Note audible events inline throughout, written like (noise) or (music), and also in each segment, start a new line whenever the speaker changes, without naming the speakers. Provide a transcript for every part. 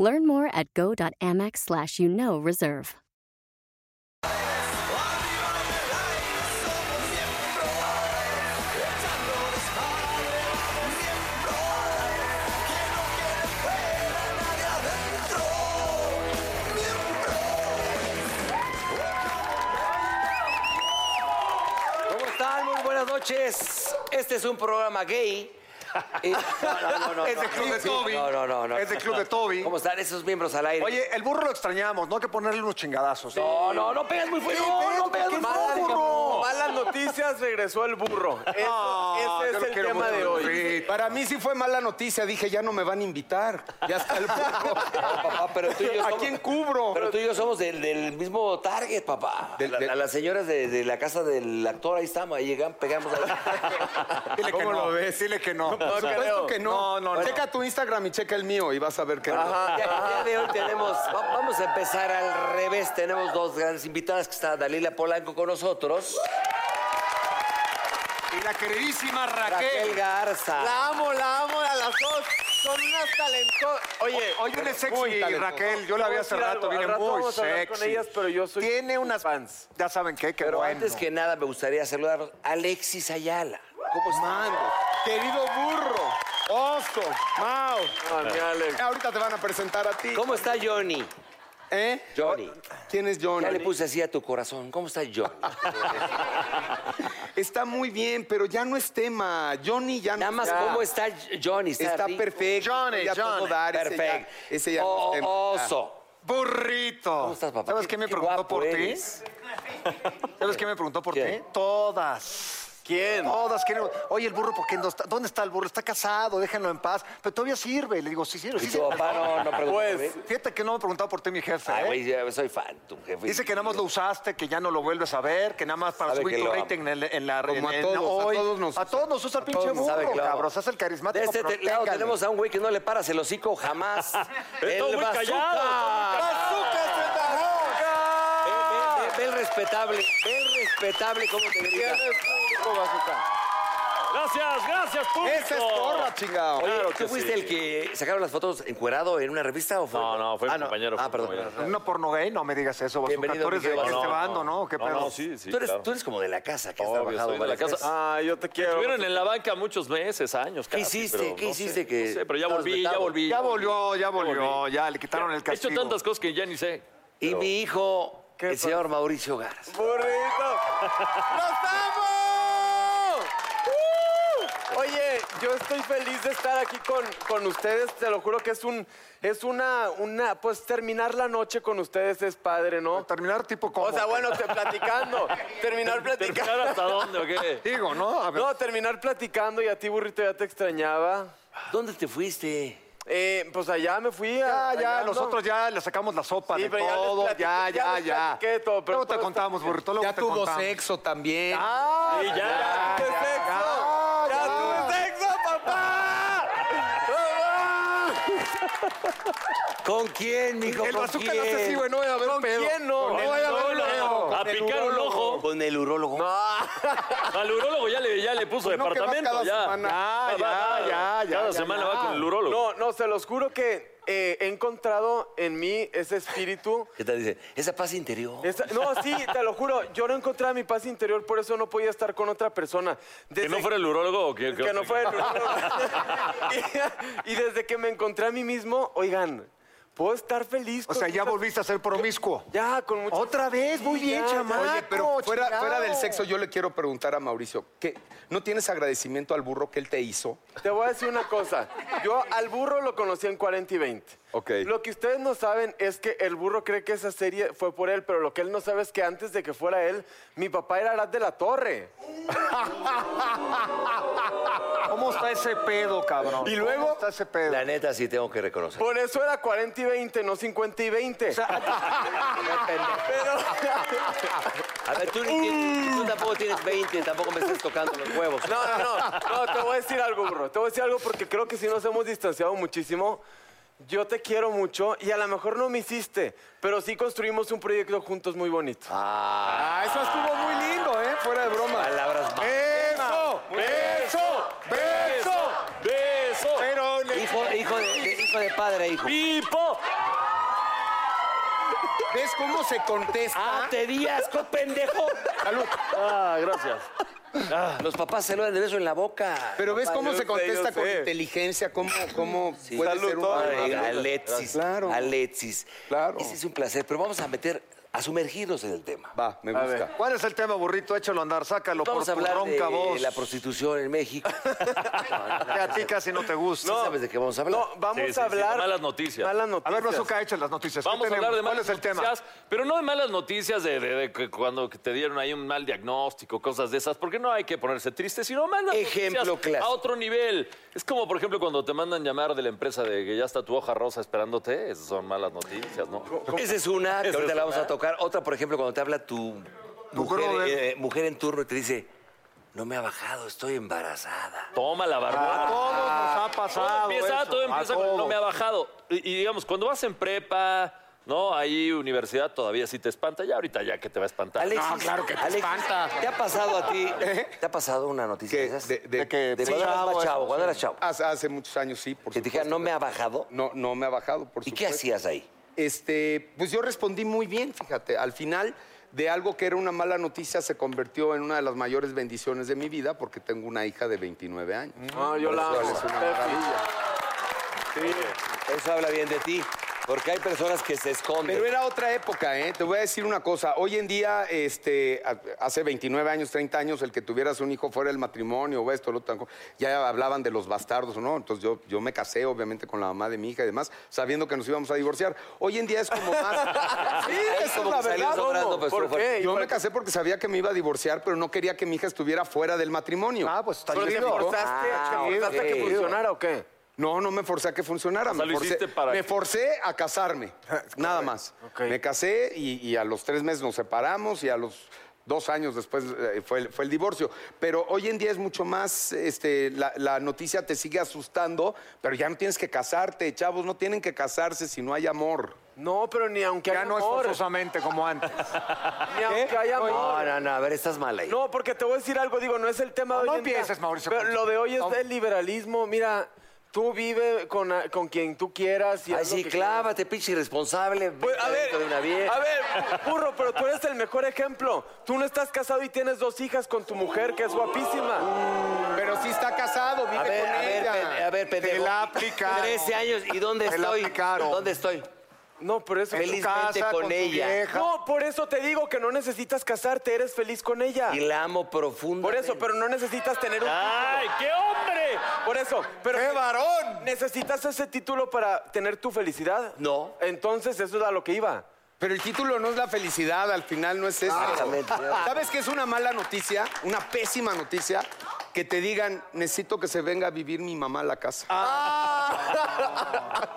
Learn more at go.amex slash you know reserve.
¿Cómo están? Muy buenas noches. Este es un programa (laughs) gay. Y-
Es de Club de Toby.
No, no, no, no.
Es de Club de Toby.
¿Cómo están esos miembros al aire?
Oye, el burro lo extrañamos, no hay que ponerle unos chingadazos.
No, no, no pegas muy fuerte. No, no pegas muy
Malas-
fuerte.
burro.
Malas noticias, regresó el burro. Eso-
Ah,
ese
yo
es
lo
el
quiero
tema
mucho,
de hoy.
Rufito.
Para mí sí fue mala noticia, dije ya no me van a invitar. Ya está el
(laughs)
burro.
Papá, pero tú y yo
¿A
somos-
quién cubro?
Pero tú y yo somos del, del mismo target, papá.
Del-
La-
del-
a las señoras de, de la casa del actor, ahí estamos, ahí llegamos, pegamos. ahí.
(laughs) Dile que
¿Cómo
no.
lo ves?
Dile que no.
Por supuesto
creo.
que no.
No, no, no.
Checa tu Instagram y checa el mío y vas a ver que no.
Ajá, ya, ya de hoy tenemos, va- vamos a empezar al revés. Tenemos dos grandes invitadas, que está Dalila Polanco con nosotros.
Y la queridísima
Raquel
Raquel.
Garza.
La amo, la amo a las dos. Son unas talentosas. Oye,
Oye, viene sexy,
talentoso.
Raquel. Yo la
Te voy
vi
a
hace
decir
rato,
algo,
viene
al rato
muy
vamos a hablar
sexy.
con ellas, pero yo soy
Tiene
sus
unas
fans.
Ya saben qué, qué
Pero
bueno.
antes que nada me gustaría saludar a Alexis Ayala. ¿Cómo está?
Mando. Querido burro, oso, Mao.
Ah, mi Alex.
Ahorita te van a presentar a ti.
¿Cómo está Johnny?
¿Eh?
Johnny.
¿Quién es
Ya le
Johnny?
puse así a tu corazón. ¿Cómo está Johnny?
Está muy bien, pero ya no es tema. Johnny ya no
Nada más,
es tema.
¿cómo está Johnny? ¿Está,
Está
rico?
perfecto.
Johnny,
ya todo
Johnny.
dar, ese ya-
Perfecto.
Ese ya, no
O-
es tema.
Oso.
Burrito.
¿Cómo estás, papá?
¿Sabes qué me preguntó
guapo ¿eh?
por ti?
eres.
¿Sabes qué me preguntó por ti?
¿Quién?
Todas.
¿Quién?
Todas quieren. Oye, el burro, ¿por qué no está? ¿Dónde está el burro? Está casado, déjenlo en paz. Pero todavía sirve. Le digo, sí sirve.
Y
Sí,
tu
sirve.
papá no, no preguntó.
Pues,
¿eh?
Fíjate que no me ha preguntado por ti mi jefe.
Ay,
¿eh?
Ah, güey, yo soy fan, tu jefe.
Dice que nada más lo usaste, que ya no lo vuelves a ver, que nada más para
Sabe que
subir tu
lo amo.
rating en, el- en la
Como a
en- en-
todos, a
hoy.
todos nos
A
usa.
todos nos usa el pinche
Todos saben
burro,
que lo amo.
cabrón. Se hace el
De
carismático.
este
pero
te- lado
téngale.
tenemos a un güey que no le paras el hocico
(laughs)
jamás. el
muy
bazooka.
callado,
¡Azúcar, Zetaroca!
Ve, ve, ve- ve el respetable, ve el respetable cómo te grita.
Gracias, gracias, público.
Esa es porra, chingado.
Oye,
Claro
¿tú
que
fuiste
sí.
el que sacaron las fotos encuerado en una revista o fue?
No, no, fue mi
Ah,
compañero, fue
Ah,
mi
perdón.
compañero.
perdón.
Una porno gay, no me digas eso, bazooka.
Bienvenido,
Tú eres
mi
de
jefe.
este
No,
bando, ¿no? ¿Qué
no,
pedo?
no, sí, sí,
tú, eres,
claro.
tú eres como de la casa que has
Obvio,
trabajado
soy de la
varias
casa.
veces.
Ah, yo te quiero.
Estuvieron en la banca muchos meses, años.
¿Qué
casi,
hiciste?
pero
¿Qué
no
hiciste
sé,
que
no sé, pero ya
estabas
volví, ya
vetado?
volví.
Ya volvió, ya volvió,
volví.
ya le quitaron el
He hecho
castigo.
tantas cosas que ya ni sé.
Y mi hijo, el
pasó?
señor Mauricio Garza.
¡Burrito! ¡Los amo! ¡Uh! Oye, yo estoy feliz de estar aquí con, con ustedes, te lo juro que es un, es una, una, pues terminar la noche con ustedes es padre, ¿no?
Terminar tipo como.
O sea, bueno, te- platicando, terminar
¿Terminar
platicando.
hasta dónde o qué?
Digo, ¿no? A ver.
No, terminar platicando y a ti, burrito, ya te extrañaba.
¿Dónde te fuiste?
Eh, pues allá me fui a...
Ya, Ah, ya,
allá ando.
nosotros ya le sacamos la sopa
Sí,
de
pero ya les
todo,
platiqué-
ya,
ya
ya,
les
ya.
platiqué todo, pero pues,
Luego te
todo
contamos, burrito, luego
Ya
te
tuvo
contamos.
sexo también.
¡Ah!
Y ya,
¡Ya tuve
ya,
sexo!
ya,
¡Ya
ya.
tuve sexo, papá!
¿Con quién, mijo?
El
¿Con
bazooka no
quién?
sé si, güey, no va a haber
¿Con
pedo.
quién no?
No vaya a haber pedo.
A picar un ojo.
Con el urólogo.
Al urólogo ya le, ya le puso
Pues no, que vas
departamento.
cada
Ya.
semana.
Ya,
Va, va,
ya, ya, ya.
Cada
ya,
semana
ya.
va con el urólogo.
No, no, se los juro que eh, he encontrado en mí ese espíritu.
¿Qué te dice? Esa paz interior.
esa- no, sí, te lo juro, yo no encontraba mi paz interior, por eso no podía estar con otra persona.
¿Que no fuera el urólogo o que,
Que no fuera el urólogo. (laughs) y, y desde que me encontré a mí mismo, oigan, puedo estar feliz.
O
con
sea, ya
muchas-
volviste a ser promiscuo.
Ya, con mucho.
Otra vez, muy bien, chamaco.
Oye, pero fuera,
chingado.
fuera del sexo, yo le quiero preguntar a Mauricio, ¿qué, ¿no tienes agradecimiento al burro que él te hizo?
Te voy a decir una cosa. Yo al burro lo conocí en 40 y 20.
Ok.
Lo que ustedes no saben es que el burro cree que esa serie fue por él, pero lo que él no sabe es que antes de que fuera él, mi papá era Arad de la Torre.
¿Cómo está ese pedo, cabrón?
Y luego-
¿Cómo está ese pedo?
La neta sí tengo que reconocer.
Por eso era 40 y 20, no 50 y 20.
(laughs)
A ver, tú, ni tienes- tú tampoco tienes 20, tampoco me estás tocando los huevos.
No, no, no, no, te voy a decir algo, burro. Te voy a decir algo porque creo que sí nos hemos distanciado muchísimo. Yo te quiero mucho y a lo mejor no me hiciste, pero sí construimos un proyecto juntos muy bonito.
Ah, eso estuvo muy lindo, ¿eh? Fuera de broma.
Palabras más.
Eh,
¡Beso! ¡Beso! ¡Beso!
¡Beso!
Pero le-
Hijo, hijo, de, de- hijo de padre, hijo.
¡Pipo!
¿ves cómo se contesta?
¡Ah, te di asco, pendejo!
Salud.
Ah, gracias.
Los papás se lo dan de beso en la boca.
Pero ves cómo
yo
se
sé,
contesta
yo
con
sé.
inteligencia, cómo, cómo puede
Salud,
ser un
todo.
padre.
Ay, Alexis,
Claro.
Alexis.
Claro.
Ese es un placer, pero vamos a meter, a sumergirnos en el tema.
Va, me
A
gusta.
¿Cuál es el tema, burrito? Échalo a andar, sácalo por
Vamos a
tu
hablar de
ronca voz.
la prostitución en (laughs) México.
(laughs) Que a ti casi no te gusta.
No. ¿Sabes de qué vamos a hablar?
No, vamos
Sí,
a
sí, sí,
hablar.
malas noticias.
Malas noticias.
A ver, Brazuca, echa las noticias. ¿Qué
Vamos a
tenemos?
hablar de
¿Cuál
malas
es el tema?
noticias, pero no de malas noticias de, de- de que cuando que te dieron ahí un mal diagnóstico, cosas de esas, porque no hay que ponerse triste, sino malas
Ejemplo
noticias
clásico.
a otro nivel. Es como, por ejemplo, cuando te mandan llamar de la empresa de que ya está tu hoja rosa esperándote, esas son malas noticias, ¿no?
Esa es una, que
Esa
ahorita
es
la vamos
una.
a tocar. Otra, por ejemplo, cuando te habla tu, mujer,
brother.
eh, mujer en turno y te dice, no me ha bajado, estoy embarazada.
Toma la
A
barbona.
todos Ah, nos ha
todo
pasado.
empieza,
eso, Ah,
todo
a
empieza con no
todos.
me ha bajado. Y, y digamos, cuando vas en prepa, ¿no? Ahí universidad todavía sí te espanta, ya ahorita ya que te va a espantar.
Alexis,
claro que te
Alexis,
espanta.
¿te ha pasado a (laughs) ti? ¿Te ha pasado una noticia
¿Qué?
de esas?
De- de-
que
sí,
cuando eras
chavo,
más
eso,
chavo, cuando eras chavo.
Hace, hace muchos años, sí, por
Que te
supuesto.
dijeron, no me ha bajado.
No, no me ha bajado, por
¿Y
supuesto.
qué hacías ahí?
Este, pues yo respondí muy bien, fíjate. Al final, de algo que era una mala noticia, se convirtió en una de las mayores bendiciones de mi vida, porque tengo una hija de 29 años.
No, yo la amo.
Eso es una maravilla.
Eso habla bien de ti, porque hay personas que se esconden.
Pero era otra época, ¿eh? Te voy a decir una cosa. Hoy en día, este, a- hace 29 años, 30 años, el que tuvieras un hijo fuera del matrimonio o esto, lo otro, ya hablaban de los bastardos, ¿no? Entonces yo, yo me casé, obviamente, con la mamá de mi hija y demás, sabiendo que nos íbamos a divorciar. Hoy en día es como más. (laughs) sí,
Ahí
es
como
la
que salió
verdad.
sobrando,
¿no?
pues,
¿Por
tú
qué?
fuiste.
Yo me casé porque sabía que me iba a divorciar, pero no quería que mi hija estuviera fuera del matrimonio.
Ah, pues está
¿Pero te
chido.
forzaste,
Ah,
te forzaste a que
ok.
funcionara o qué?
No, no me forcé a que funcionara.
O sea,
me,
lo
forcé,
hiciste
me
para que- Ah,
forcé a
(laughs)
casarme, nada más.
ok.
Me casé y, y a los tres meses nos separamos y a los dos años después eh, fue, el- fue el divorcio. Pero hoy en día es mucho más, este, la, la noticia te sigue asustando, pero ya no tienes que casarte, chavos, no tienen que casarse si no hay amor.
No, pero ni aunque
Ya
haya
no es
amor.
forzosamente como antes.
ni aunque haya amor.
No, no, no, a ver, estás mal ahí.
No, porque te voy a decir algo, digo, no es el tema de
No
hoy. en día,
empieces, Mauricio
Pero
Concha.
lo de hoy es
No.
del liberalismo. Mira, tú vive con, ah, con quien tú quieras. Y
Ay,
haz lo
sí,
que
clávate, pinche irresponsable.
Pues,
vete
a ver,
adentro de una vieja.
a ver, burro, pero tú eres el mejor ejemplo. Tú no estás casado y tienes dos hijas con tu mujer, que es guapísima.
Pero si está casado, vive
A ver,
con
a ver,
ella.
pe- a ver, pendejo.
Te la aplicaron.
13 años, ¿y dónde
Te la
estoy?
aplicaron.
¿Dónde estoy?
No, pero eso...
Feliz- Felizmente
casa,
con
tu
ella.
vieja.
No, por eso te digo que no necesitas casarte, eres feliz con ella.
Y la Ah. amo profunda.
Por eso, pero no necesitas tener un...
¡Ay, qué hombre!
Por eso, pero...
¡Qué varón!
¿Necesitas ese título para tener tu felicidad?
No.
Entonces, eso es a lo que iba.
Pero el título no es la felicidad, al final no es eso.
Exactamente.
(laughs) ¿Sabes qué es una mala noticia? Una pésima noticia. Que te digan, necesito que se venga a vivir mi mamá a la casa.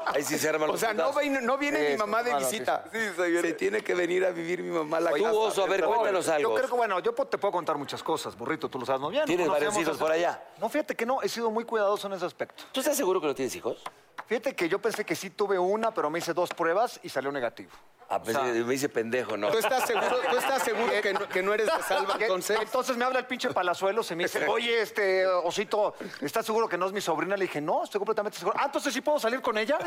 Ahí sí se arman
o
los
sea, no,
putazos.
viene- no viene mi mamá de
mala
visita. se tiene que venir a vivir mi mamá a la
Tú,
casa.
oso, a ver, cuéntanos
Yo
(laughs) algo.
creo que, bueno, yo po- te puedo contar muchas cosas, burrito, tú lo sabes muy bien.
¿Tienes
Nos
varios
conocemos
hijos
hace-
por allá?
No, fíjate que no, he sido muy cuidadoso en ese aspecto.
¿Tú estás seguro que no tienes hijos?
Fíjate que yo pensé que sí tuve una, pero me hice dos pruebas y salió negativo.
Ah, pues, eh, me dice pendejo, no. Ah,
¿Tú estás seguro, tú estás seguro que, no, que no eres de salva?
Que-
Entonces,
entonces me habla el pinche palazuelo, se me dice, oye, este, Osito, ¿estás seguro que no es mi sobrina? Le dije, no, estoy completamente seguro. Ah, entonces sí puedo salir con ella. (laughs) Le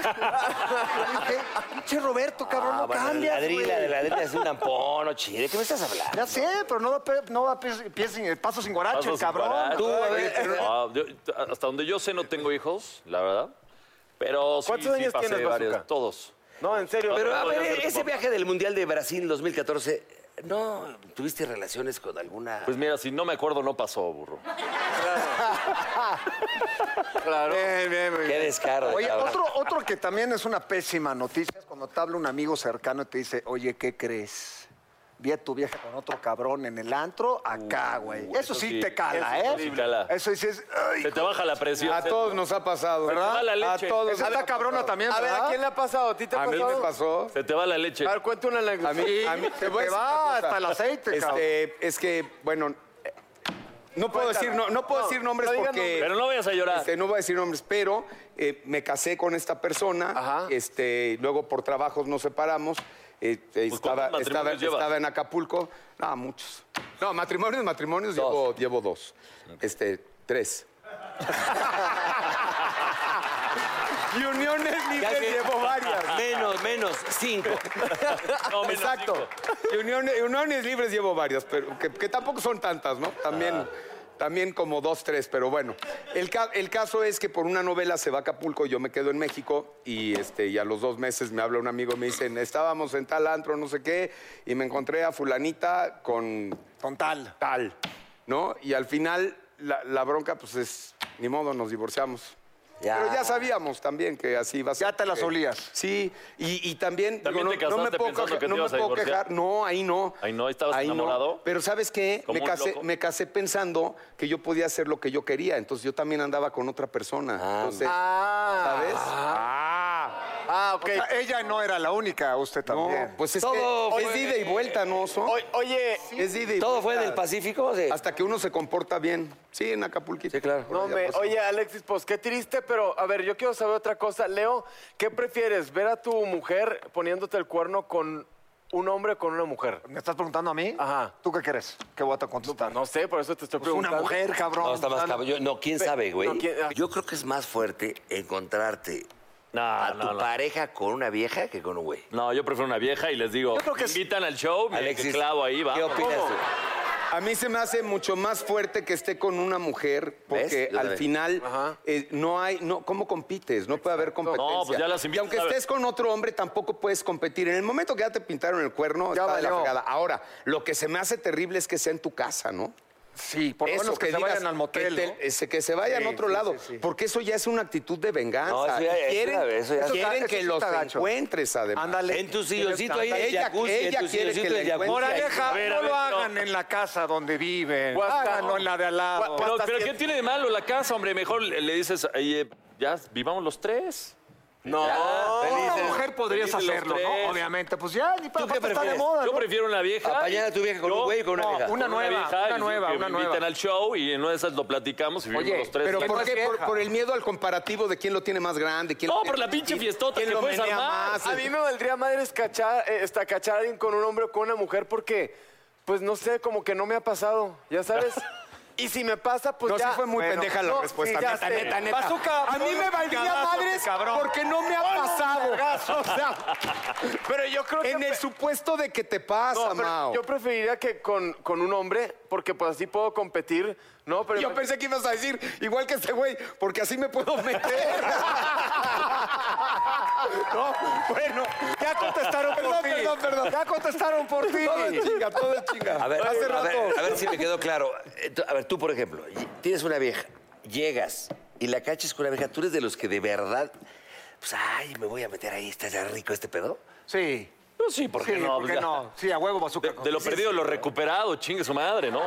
dije, pinche Roberto,
Ah,
cabrón, no cambias, güey.
Adrila, de la adrila es un ampón, o chile. ¿De qué me estás hablando?
Ya sé, pero no da, pe- no da pies- pies sin- paso sin guaracho,
Paso
el
sin
cabrón.
parar.
Tú, a ver,
Oye,
eh,
pero- Ah, yo- hasta donde yo sé no tengo hijos, la verdad. Pero sí,
¿Cuántos
sí
años
pasé
tienes,
varios,
Bazooka?
Todos.
No, en serio.
Pero a
no, yo
ver,
creo que
ese
papá.
viaje del Mundial de Brasil 2014, ¿no tuviste relaciones con alguna...?
Pues mira, si no me acuerdo, no pasó, burro.
Claro.
Bien, bien, bien.
Qué descaro. de
Oye,
cabrón.
otro, otro que también es una pésima noticia es cuando te habla un amigo cercano y te dice, oye, ¿qué crees? Vi a tu vieja con otro cabrón en el antro acá, güey. eso,
eso
sí,
sí,
te cala,
eso
¿eh?
sí cala.
Eso sí es. ay,
Se te baja la presión.
A
Se-
todos nos ha pasado.
Pero
¿verdad?
mala
A
leche.
todos.
esa
nos
está
ha
cabrona
pasado.
también,
A ver,
¿verdad?
¿a quién le ha pasado? ¿A ti te ha
A mí
pasado?
me pasó.
Se te va la leche.
A ver, cuenta una anécdota.
A mí, a mí
Se
voy a
te
decir
va
una cosa.
hasta el aceite,
Este, es que, bueno, eh, no puedo decir, no, no puedo decir nombres
no digan
porque.
Pero no vayas a llorar.
Este, no voy a decir nombres, pero eh, me casé con esta persona.
Ajá.
Este, luego por trabajos nos separamos. eh, eh,
Pues,
estaba,
¿cuántos
estaba-
matrimonios llevas?
estaba en Acapulco. No, muchos. No, matrimonios, matrimonios, llevo, llevo dos. Este,
(laughs)
tres. y uniones libres
Casi-
llevo varias.
Menos, menos, cinco.
No, menos
Exacto.
cinco.
Y (laughs) unión- uniones libres llevo varias, pero que, que tampoco son tantas, ¿no? También,
Ah.
también como dos, tres, pero bueno. El, ca- el caso es que por una novela se va a Acapulco, yo me quedo en México y, este, y a los dos meses me habla un amigo, y me dicen, estábamos en tal antro, no sé qué, y me encontré a fulanita con
Con tal.
tal, ¿no? Y al final la, la bronca, pues es, ni modo, nos divorciamos.
Ya.
Pero ya sabíamos también que así iba a ser.
Ya te las
que-
olías.
Sí, y, y también,
También te
no me
casaste
puedo,
pensando
queja-
que te
no
ibas
me
a
puedo
divorciar.
quejar, no, ahí no.
Ahí no, ¿estabas enamorado?
Pero ¿sabes qué?
¿Como
Me
un
casé,
loco?
me casé pensando que yo podía hacer lo que yo quería, entonces yo también andaba con otra persona.
Ah,
Entonces, ¿sabes?
Ah, ok.
O sea, ella no era la única, usted
No,
también.
pues es
Todo
que
fue-
es de ida y vuelta, ¿no? Oso?
O- oye,
es de ida y
¿Todo fue
vuelta.
del Pacífico? Sí.
Hasta que uno se comporta bien. Sí, en Acapulco.
Sí, claro.
no me- oye, Alexis, pues qué triste, pero a ver, yo quiero saber otra cosa. Leo, ¿qué prefieres? ¿Ver a tu mujer poniéndote el cuerno con un hombre o con una mujer?
¿Me estás preguntando a mí?
Ajá.
¿Tú qué creieres? ¿Qué voy a contestar?
No sé, por eso te estoy
Pues una
preguntando.
mujer, cabrón.
No, está más cabrón. Yo- no, quién
Pe-
sabe, güey.
no, quién- ah.
Yo creo que es más fuerte encontrarte
No,
a
no,
tu
no.
pareja con una vieja que con un güey.
No, yo prefiero una vieja y les digo,
creo que
me
es-
invitan al show, me
Alexis,
clavo ahí, va.
¿Qué opinas tú?
A mí se me hace mucho más fuerte que esté con una mujer, porque
¿Ves? Yo
al
también.
final
Ajá.
eh, no hay, no, ¿cómo compites? No puede haber competencia.
No, pues ya las
y
invitas
aunque
a ver.
estés con otro hombre, tampoco puedes competir. En el momento que ya te pintaron el cuerno,
Ya
está de la
valió.
fregada. Ahora, lo que se me hace terrible es que sea en tu casa, ¿no?
Sí, por lo
Eso,
menos que, se
digas,
vayan al motel.
Que, te-
¿no?
ese- que se vayan a
Sí,
otro
sí,
lado.
sí, sí.
Porque eso ya es una actitud de venganza.
No, eso ya-
Y
eso
quieren
ya- eso ya- eso
quieren
está-
que
eso
los
está gacho.
encuentres, además.
Ándale.
En tu silloncito ahí, en el
Ella-
jacuzzi, en
ella
tu
quiere que
silloncito
le
del jacuzzi.
encuentre
ahí.
Moraleja,
A ver, a
no
ver,
lo
no.
hagan en la casa donde viven.
O hasta-
Háganlo en la de al lado.
O-
Pero,
hasta
pero
siete.
¿qué tiene de malo la casa, hombre? Mejor le le dices, oye, ya vivamos los tres. No,
Una mujer podrías
felices los
hacerlo,
tres.
¿no? Obviamente, pues ya, ni para
qué
está de
prefieres?
moda.
Yo
¿no?
prefiero una vieja.
Apañar a tu vieja con
Yo-
un güey y con una
no,
vieja.
una nueva,
vieja,
una
y digo
nueva,
que
una
me invitan
nueva.
al show y en una de esas lo platicamos y vivimos
Oye,
los tres.
Pero
Que no
¿por
es
qué? Por,
vieja.
por el miedo al comparativo de quién lo tiene más grande. Quién
No,
lo
por la
tiene-
pinche fiestota
quién
que
lo
puedes
menea
armar.
más.
A mí me valdría madres cachar, eh, esta, cachar a alguien con un hombre o con una mujer porque, pues no sé, como que no me ha pasado,
(laughs)
¿ya sabes? Y si me pasa, pues
No,
ya...
sí fue muy
Bueno,
pendeja la
no,
respuesta,
sí, ya
neta,
sé.
neta, neta.
Bazooka,
a mí
ponle
me
un
valdría
cagazo,
madres
este cabrón.
porque no me ha pasado. (laughs) O sea,
Pero yo creo que...
en el
pe-
supuesto de que te pasa,
No, pero
Mao.
yo preferiría que con, con un hombre, porque pues así puedo competir, ¿no? Pero
Yo pensé que ibas a decir, igual que este güey, porque así me puedo meter.
No, bueno, ya contestaron por
Perdón,
ti.
perdón, perdón.
Ya contestaron por ti.
todo es chinga, todo es chinga.
A ver,
Hace
a,
rato.
ver, a ver si me quedó claro. Eh, tú- A ver, tú, por ejemplo, y- tienes una vieja, llegas y la cachas con una vieja. ¿Tú eres de los que de verdad, pues, ay, me voy a meter ahí, está ya rico este pedo?
Sí,
No, Pues sí, ¿por qué
sí,
no?
¿por qué
Ya.
no? pues Sí, a huevo, bazooka.
De, de lo perdido, lo recuperado, chingue su madre, ¿no?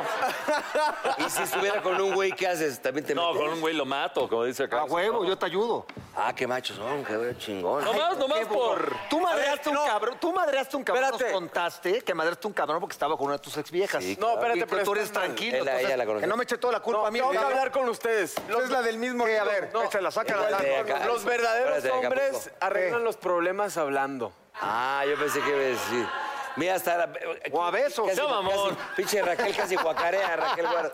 Y si estuviera con un güey, ¿qué haces? ¿También te
No,
metes?
con un güey lo mato, como dice acá.
A huevo, yo te ayudo.
Ah, qué machos son, qué güey, chingón.
Nomás, nomás
Qué
por...
burro. Tú madreaste un cabrón, tú madreaste un cabrón.
Espérate.
Nos contaste que madreaste un cabrón porque estaba con una de tus exviejas.
Sí,
claro. No, espérate,
Y que
pero
tú
está
eres
mal.
tranquilo.
Él a ella
entonces,
la conoció.
que no me eche toda la culpa
No,
a mí.
tengo que
cabrón.
hablar con ustedes.
Esa pues, es la del mismo Sí, a
río.
ver,
No.
échala, sácala.
Igual de
adelante.
acá.
Los verdaderos
Espérate, Acapulco.
hombres
Eh.
arreglan los problemas hablando.
Ah, yo pensé que iba a decir. Mira, hasta la... eh,
O a besos.
Casi-
Ya, mamón.
casi- pinche Raquel casi guacarea, Raquel Guar-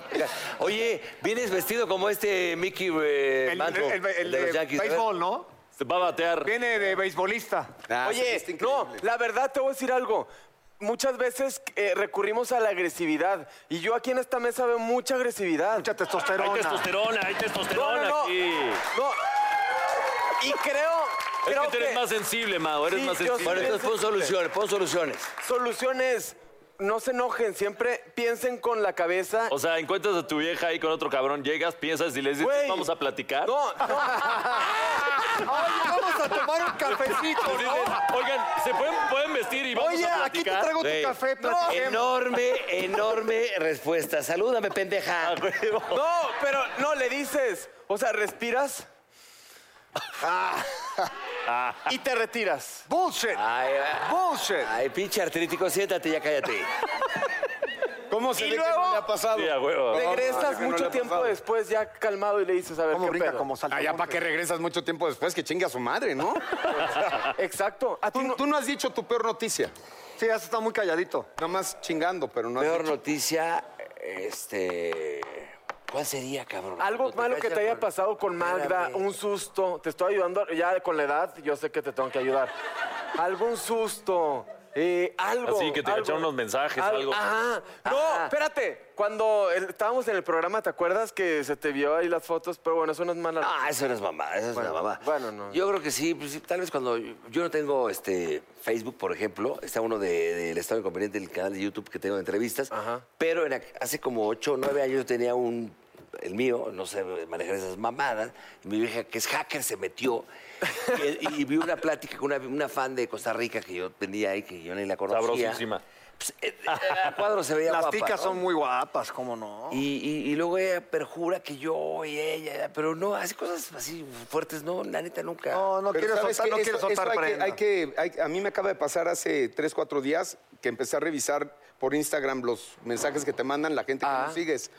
Oye, vienes vestido como este Mickey eh,
El, el,
Mantle,
el- el
de
de
los Yankees.
béisbol, ¿no?
Se va a batear.
Viene de beisbolista.
Ah, sí,
Oye,
está
no,
increíble.
la verdad te voy a decir algo. Muchas veces eh, recurrimos a la agresividad. Y yo aquí en esta mesa veo mucha agresividad.
Mucha
Hay
testosterona.
testosterona, hay
No,
testosterona
no, no.
aquí.
No. Y creo,
Es
creo
que tú eres más sensible, Mao, eres
Sí,
más
yo
sensible.
Bueno, entonces pon soluciones, pon soluciones.
soluciones. no se enojen, siempre piensen con la cabeza.
O sea, encuentras a tu vieja ahí con otro cabrón, llegas, piensas y le dices,
Güey.
vamos a platicar.
No, no.
Oye, vamos a tomar un cafecito,
Y dices,
¿no?
Oigan, ¿se pueden, pueden vestir y vamos
Oye,
a
aquí te
platicar?
traigo tu
(laughs)
Güey,
café, platiquemos.
Enorme, enorme respuesta. Salúdame,
Ah,
pendeja.
No, pero no le dices. O sea, respiras. Y te retiras.
Bullshit.
Ay, ay,
Bullshit.
ay, pinche artrítico, siéntate ya, cállate.
¿Cómo se
Y
ve que
luego-
no le ha pasado?
Sí, a huevo.
Regresas
que no le
mucho
ha
tiempo
pasado.
después ya calmado y le dices, a ver,
¿Cómo
¿qué
brinca?
pedo? (laughs)
¿Cómo salta?
Ah, ya para que regresas mucho tiempo después, que chingue a su madre, ¿no?
Exacto. A ti
Tú,
no-
tú no has dicho tu peor noticia.
Sí, has estado muy calladito.
Nada más chingando, pero no has
Peor
dicho.
noticia, este. ¿Cuál sería, cabrón?
Algo
Cuando
malo que
cachan
te haya
con-
pasado con Magda,
Espérame.
un susto. Te estoy ayudando ya con la edad, yo sé que te tengo que ayudar. Algún susto. eh, algo.
Así que te
algo.
cacharon unos mensajes, algo.
Ajá. No,
Ajá.
espérate. Cuando el- estábamos en el programa, ¿te acuerdas que se te vio ahí las fotos? Pero bueno, eso no es mala.
Ah, eso no es mamá, eso es una mamá.
bueno, no.
Yo creo que sí, pues, sí, tal vez cuando. Yo no tengo este Facebook, por ejemplo. Está uno de- del Estado Inconveniente, el canal de YouTube que tengo de entrevistas.
Ajá.
Pero en aqu- hace como 8 o 9 años yo tenía un. El mío, no sé manejar esas mamadas. Y mi vieja, que es hacker, se metió. Y, y vi una plática con una, una fan de Costa Rica que yo tenía ahí, que yo ni la conocía.
Sabrosísima.
Pues, eh, a cuadro se veía
Las
guapa,
ticas
¿no?
son muy guapas, ¿cómo no?
Y, y- y luego ella perjura que yo y ella, pero no, hace cosas así fuertes, no, la neta nunca.
No, no
Pero
quieres
¿sabes
soltar,
qué?
no
Eso-
quieres
eso
soltar
hay que-
prenda.
hay que, hay- A mí me acaba de pasar hace tres, cuatro días que empecé a revisar por Instagram los mensajes que te mandan la gente
Ah.
que no sigues.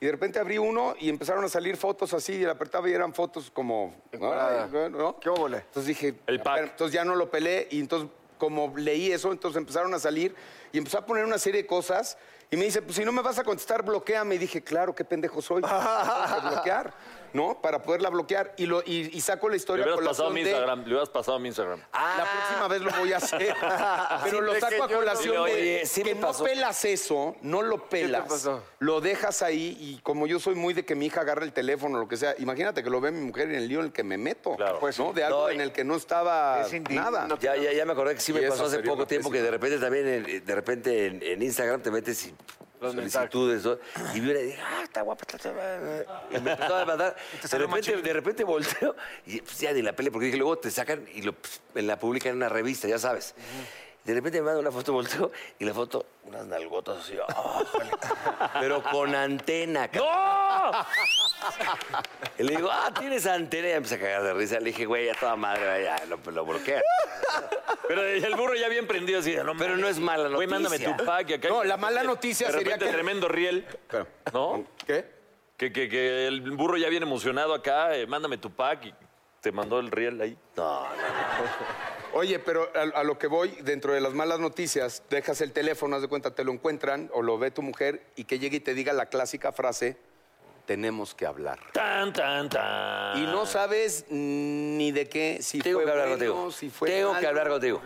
Y de repente abrí uno y empezaron a salir fotos así, y la apretaba y eran fotos como...
Encuadrada.
ay, bueno, ¿no?
¿Qué óvole?
Entonces dije...
El pack.
Entonces ya no lo pelé y entonces como leí eso, entonces empezaron a salir y empezó a poner una serie de cosas y me dice, pues si no me vas a contestar, bloqueame. Y dije, claro, qué pendejo soy. Tengo que bloquear, ¿no? Para poderla bloquear. Y, lo, y, y saco la
Le
historia
hubieras
con la
pasado mi
de-
Instagram, le hubieras pasado mi Instagram.
la próxima vez lo voy a hacer. Pero lo
Simple que
saco a
yo no-
colación
Oye,
de
sí me
que no
pasó.
pelas eso, no lo pelas.
pasó?
Lo dejas ahí y como yo soy muy de que mi hija agarre el teléfono o lo que sea, imagínate que lo ve mi mujer en el lío en el que me meto.
Claro.
Pues, ¿no? De algo
No, y-
en el que no estaba
Es indigno.
nada.
Ya, ya, ya me acordé que sí me
Y eso
pasó hace
sería
poco
una
tiempo que de repente también en, eh, de repente en, en Instagram te metes y
Los
solicitudes ¿no? y vi una y dije, ah, está guapa, está, está- y me empezó a
(laughs)
mandar. De
salió
repente,
machín.
de repente volteo y pues, ya ni la pele porque dije, luego te sacan y lo, pues, en la publican en una revista, ya sabes. De repente me manda una foto, volteo y la foto, unas nalgotas así, ah,
(laughs)
jole. pero con antena. cabrón.
¡No!
Y le digo, ah, tienes antena. Y empecé a cagar de risa. Le dije, güey, ya toda madre, ya lo, lo bloquea.
Pero el burro ya bien prendido así. de,
Pero no es mala
Güey,
noticia.
mándame tu pack y acá.
No, la mala noticia
de
sería
repente,
que-
tremendo riel.
Pero,
¿No?
¿Qué?
Que, que- que el burro ya viene emocionado acá, eh, mándame tu pack y te mandó el riel ahí.
No,
Oye, pero a, a lo que voy, dentro de las malas noticias, dejas el teléfono, haz de cuenta, te lo encuentran o lo ve tu mujer y que llegue y te diga la clásica frase, tenemos que hablar.
Tan, tan, tan.
Y
Ah.
no sabes ni de qué, si
Tengo
fue
que hablar
bueno,
contigo.
si fue
Tengo que
malo.
hablar contigo.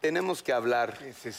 Tenemos que hablar.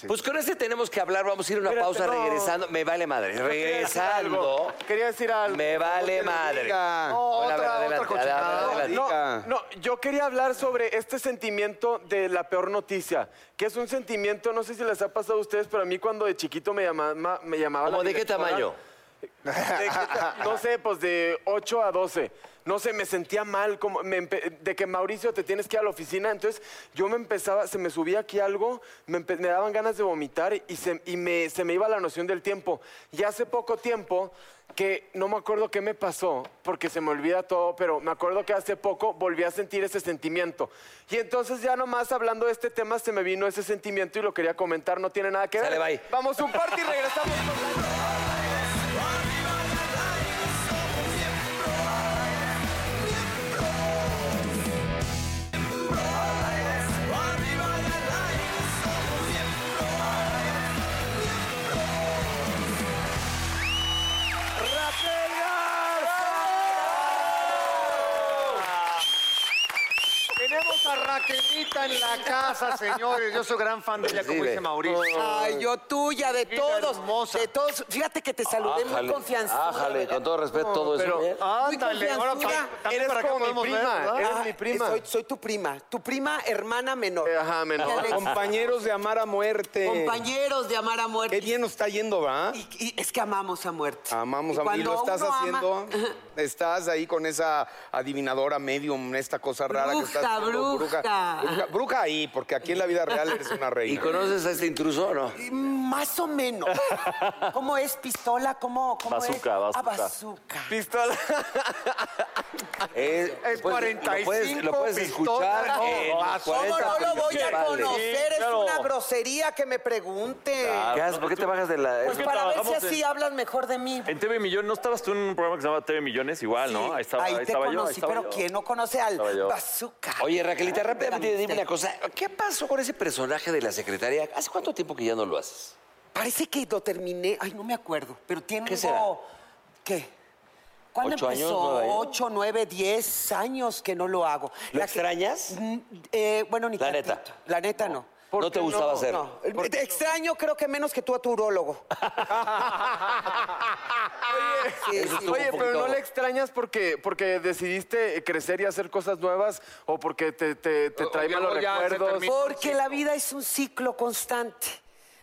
Pues con este tenemos que hablar, vamos a ir a una
Espérate,
pausa
no.
regresando. Me vale madre.
Quería decir algo.
Regresando.
Quería decir algo.
Me vale
que lo
madre.
diga. No,
Hola,
otra-
adelante,
otra
adelante,
cochinada.
adelante.
No,
Diga.
no, yo quería hablar sobre este sentimiento de la peor noticia, que es un sentimiento, no sé si les ha pasado a ustedes, pero a mí cuando de chiquito me llamaba... Me llamaba la
¿Cómo de qué
directora.
tamaño?
De que
(laughs)
ta- no sé, pues de 8 a 12. No sé, me sentía mal, como me empe- de que Mauricio te tienes que ir a la oficina. Entonces yo me empezaba, se me subía aquí algo, me, empe- me daban ganas de vomitar y, se, y me, se me iba la noción del tiempo. Y hace poco tiempo que no me acuerdo qué me pasó, porque se me olvida todo, pero me acuerdo que hace poco volví a sentir ese sentimiento. Y entonces ya nomás hablando de este tema se me vino ese sentimiento y lo quería comentar, no tiene nada que ver.
Sale, bye.
Vamos a un party y regresamos.
Tenemos a Raquelita en En la casa, señores. Yo soy gran fan de ella, como
Sí,
dice
ve.
Mauricio.
Ay, yo tuya, de
Divina,
todos.
hermosa.
De todos. Fíjate que te saludé muy
Ájale,
confianzuda.
ájale,
¿verdad?
con todo respeto, todo eso. ¿eh?
Ándale, ahora
confianzuda.
pa- también
Eres
para acá
como mi
podemos ver,
prima,
¿verdad?
eres
Ah,
mi prima.
Soy, soy tu prima. Tu prima hermana menor.
Eh, ajá, menor.
Alex,
(laughs) Compañeros de amar a muerte.
Compañeros de amar a muerte.
Qué bien nos está yendo, ¿va?
Y, y es que amamos a muerte.
Amamos
Y
a Y
cuando
lo estás
uno ama- (laughs)
haciendo. Estás ahí con esa adivinadora medium, esta cosa rara que estás
Bruja,
haciendo,
bruja.
bruja. Bruja ahí, porque aquí en la vida real eres una
¿Y
reina.
conoces a este intruso o no?
Y Más o
(laughs)
menos. ¿Cómo es pistola? ¿Cómo, cómo
Bazooka,
es? Ah,
bazooca.
bazooka.
Pistola.
Es,
Es
Lo puedes, lo puedes
45
escuchar.
pistolas.
en
No,
los
¿Cómo
40
no lo voy a
principales.
conocer?
Sí,
Es
claro.
una grosería que me pregunte.
¿Qué haces? ¿Por qué te bajas de la.?
Pues
que
para ver si
trabajamos
así
en-
hablan mejor de mí.
En TV Millón, ¿no estabas tú en un programa que se llamaba TV Millones? Igual, ¿no?
Sí,
Ahí estaba,
ahí te
estaba yo. ahí
conocí,
estaba
pero
yo.
¿quién no conoce al
Estaba yo.
bazooka?
Oye, Raquelita, rápidamente dime
Dame
una cosa. ¿Qué pasó con ese personaje de la secretaria? ¿Hace cuánto tiempo que ya no lo haces?
Parece que lo terminé. Ay, no me acuerdo. Pero tiene
¿Qué
algo- ¿Qué? ¿Cuándo
¿Ocho años,
empezó?
nueve años?
Ocho, nueve, diez años que no lo hago.
¿Lo
La que-
extrañas?
Mm, eh, bueno, ni
La
tantito.
neta.
La neta no.
¿No te gustaba hacer?
No. Te Extraño creo que menos que tú a tu urólogo. Sí, sí.
estuvo un
Oye, pero
poquito-
no le extrañas porque, porque decidiste crecer y hacer cosas nuevas o porque te, te, te trae
luego
malos
Oh, ya se
recuerdos.
termina.
Porque la vida es un ciclo constante.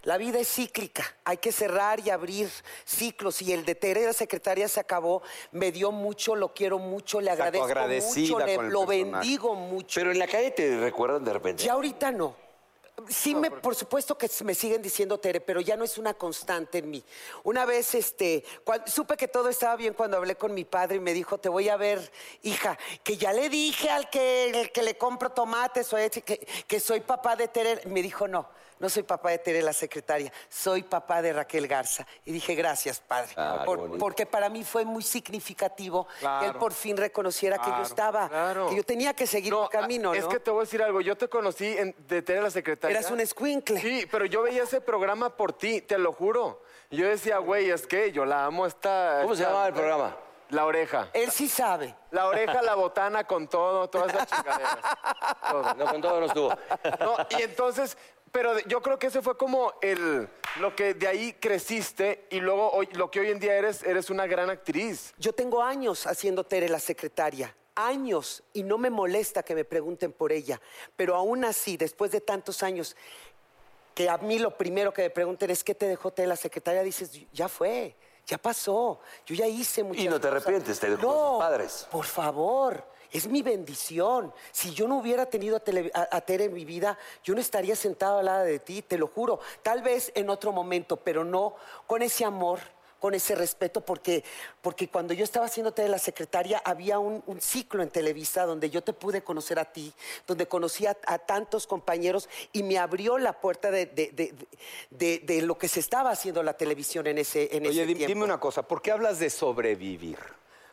La vida es cíclica. Hay que cerrar y abrir ciclos. Y el de Teresa Secretaria se acabó. Me dio mucho, lo quiero mucho, le
Exacto,
agradezco
agradecida
mucho, le-
con el
lo
personaje.
bendigo mucho.
Pero en la calle te recuerdan de repente.
Ya ahorita no. Sí, me, por supuesto que me siguen diciendo Tere, pero ya no es una constante en mí. Una vez, este, cuan- supe que todo estaba bien cuando hablé con mi padre y me dijo, te voy a ver, hija, que ya le dije al que, el que le compro tomates o este, que, que soy papá de Tere. Me dijo, no, no soy papá de Tere, la secretaria, soy papá de Raquel Garza. Y dije, gracias, padre,
Ah, qué
Por-
bonito.
porque para mí fue muy significativo que él por fin reconociera que yo
Claro,
estaba,
claro.
que yo tenía que seguir mi
No,
camino,
Ah, Es
¿no?
que te voy a decir algo. Yo te conocí en, de Tere la secretaria.
Eras un escuincle.
Sí, pero yo veía ese programa por ti, te lo juro. Y Yo decía, güey, es que yo la amo esta.
¿Cómo se
esta-
llamaba el programa?
La oreja.
Él sí sabe.
La oreja, la botana, con todo, todas esas chingaderas. Todo.
No, con todo no estuvo.
No, y entonces, pero de- yo creo que ese fue como el lo que de ahí creciste y luego hoy, lo que hoy en día eres, eres una gran actriz.
Yo tengo años haciendo Tere la secretaria, años, y no me molesta que me pregunten por ella, pero aún así, después de tantos años, que a mí lo primero que me pregunten es qué te dejó Tere la secretaria, dices, ya fue, ya pasó, yo ya hice muchas
no te
cosas".
arrepientes, te dejó
No,
tus padres.
por favor, es mi bendición. Si yo no hubiera tenido a, tele- a- a Tere en mi vida, yo no estaría sentado al lado de ti, te lo juro. Tal vez en otro momento, pero no con ese amor, con ese respeto, porque, porque cuando yo estaba haciendo Tere la secretaria, había un, un ciclo en Televisa donde yo te pude conocer a ti, donde conocí a, a tantos compañeros y me abrió la puerta de, de- de- de- de lo que se estaba haciendo la televisión en ese, en
Oye,
ese
di-
tiempo.
dime una cosa, ¿por qué hablas de sobrevivir?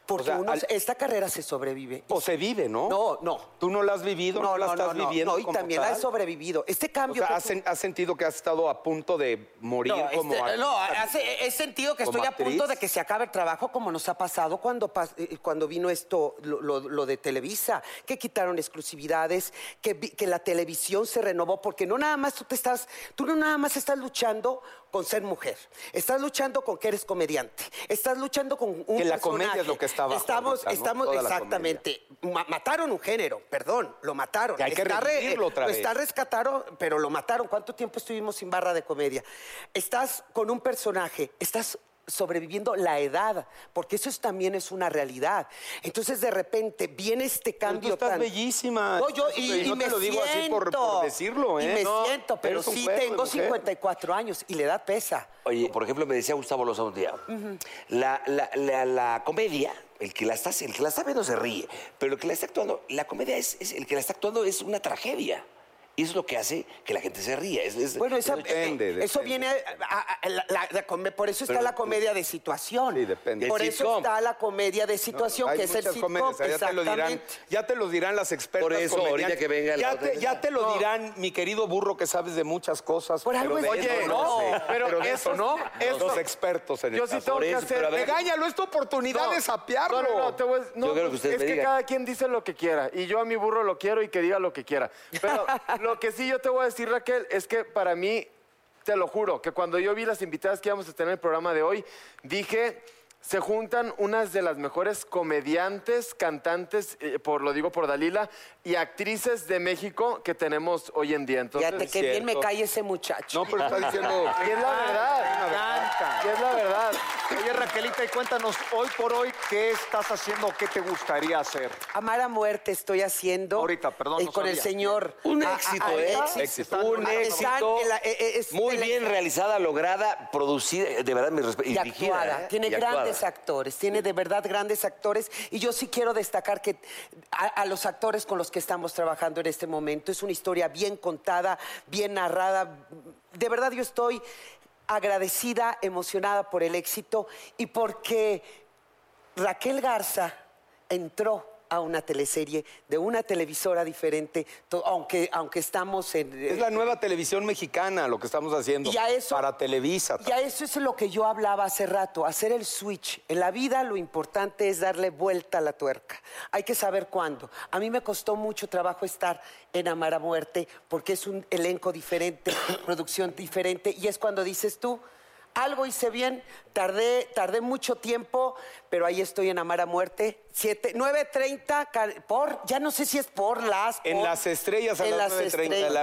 Porque
o sea,
uno-
al- Oh.
esta carrera se sobrevive.
O se vive, ¿no?
No, no.
¿Tú no la has vivido? ¿No, la estás viviendo?
No, y
como
también
tal?
ha sobrevivido. Este
O
cambio.
sea,
que
¿has,
tú-
sen- has sentido que has estado a punto de morir
no,
como
este-
artista?
no, hace- he sentido que
como
estoy a punto
actriz?
de que se acabe el trabajo, como nos ha pasado cuando, pas- eh, cuando vino esto, lo, lo- lo de Televisa, que quitaron exclusividades, que, vi- que la televisión se renovó, porque no nada más tú te estás, tú no nada más estás luchando con ser mujer, estás luchando con que eres comediante, estás luchando con un
Que la comedia
personaje.
es lo que está abajo
Estamos,
ahorita, ¿no?
estamos,
Toda la comedia.
exactamente. Ma- mataron un género, perdón, lo mataron.
Que hay que
re-
revivirlo otra
lo
vez.
está rescataron, pero lo mataron. ¿Cuánto tiempo estuvimos sin barra de comedia? Estás con un personaje, estás sobreviviendo la edad, porque eso es- también es una realidad. Entonces, de repente, viene este
Pero
cambio
tú estás
tan-
bellísima.
No, yo, y,
Y
y
no
me
te lo digo así por-
siento.
por decirlo,
Y
¿eh?
me
No,
siento, pero
eres un ¿eh?
sí
cuerpo de
tengo
mujer.
54 años y la edad pesa.
(laughs) Oye, por ejemplo, me decía Gustavo Loza un día, la, la- la- la comedia, el que la, está, el que la está viendo se ríe, pero el que la está actuando, la comedia es, es- el que la está actuando es una tragedia. Y eso es lo que hace que la gente se ría. Es, es-
Bueno, esa-
Depende,
eh, eso viene.
depende.
a- a- a- la- la- la come- por eso está la comedia de situación.
Sí, depende.
Por
El
eso
sitcom.
está la comedia de situación,
Hay
que es el
muchas
sitcom.
comedias, ya te lo dirán,
exactamente.
ya te lo dirán las expertas.
Por eso, ahorita
comediantes.
que venga la
ya
otra
te, ya
vez.
te lo dirán, mi querido burro, que sabes de muchas cosas.
Por algo
pero
es-
de
Oye,
eso
no,
sé.
pero
de
eso no, eso-
Los expertos en el
Yo sí
caso.
tengo
Por
que
eso, pero a
hacer.
ver-
Regáñalo, es tu oportunidad de sapearlo.
No, no, no, te voy a- no,
Yo creo que
pues,
ustedes
es
me
que
digan. (laughs)
cada quien dice lo que quiera y yo a mi burro lo quiero y que diga lo que quiera. Pero Lo que sí yo te voy a decir, Raquel, es que para mí, te lo juro, que cuando yo vi las invitadas que íbamos a tener en el programa de hoy, dije, se juntan unas de las mejores comediantes, cantantes, eh, por lo digo por Dalila, y actrices de México que tenemos hoy en día. Entonces,
Fíjate que bien me cae ese muchacho.
No, pero está diciendo.
y es la verdad, y es la verdad.
Oye, Raquelita, y cuéntanos hoy por hoy qué estás haciendo o qué te gustaría hacer.
Amar a muerte estoy haciendo.
Ahorita, perdón,
eh,
no
con el
sabía.
señor.
Un
A- a-
éxito,
a-
¿eh?
Alexis.
Éxito.
Un
A pesar
éxito.
que la- eh, eh, es
Muy
tele-
bien realizada, lograda, producida, eh, de verdad, mi respeto.
Y actuada. Tiene grandes actores, tiene de verdad grandes actores. Y yo sí quiero destacar que a, a los actores con los que estamos trabajando en este momento es una historia bien contada, bien narrada. De verdad yo estoy agradecida, emocionada por el éxito y porque Raquel Garza entró a una teleserie de una televisora diferente, to- aunque, aunque estamos en... eh,
Es la nueva televisión mexicana lo que estamos haciendo.
Y a eso-
Para Televisa.
Ya eso es lo que yo hablaba hace rato, hacer el switch. En la vida lo importante es darle vuelta a la tuerca. Hay que saber cuándo. A mí me costó mucho trabajo estar en Amar a Muerte porque es un elenco diferente, (coughs) producción diferente, y es cuando dices tú, algo hice bien, tardé, tardé mucho tiempo, pero ahí estoy en Amar a Muerte. 7, 9.30 car- por, ya no sé si es por las...
En
por-
las estrellas a
en
las 9.30 de la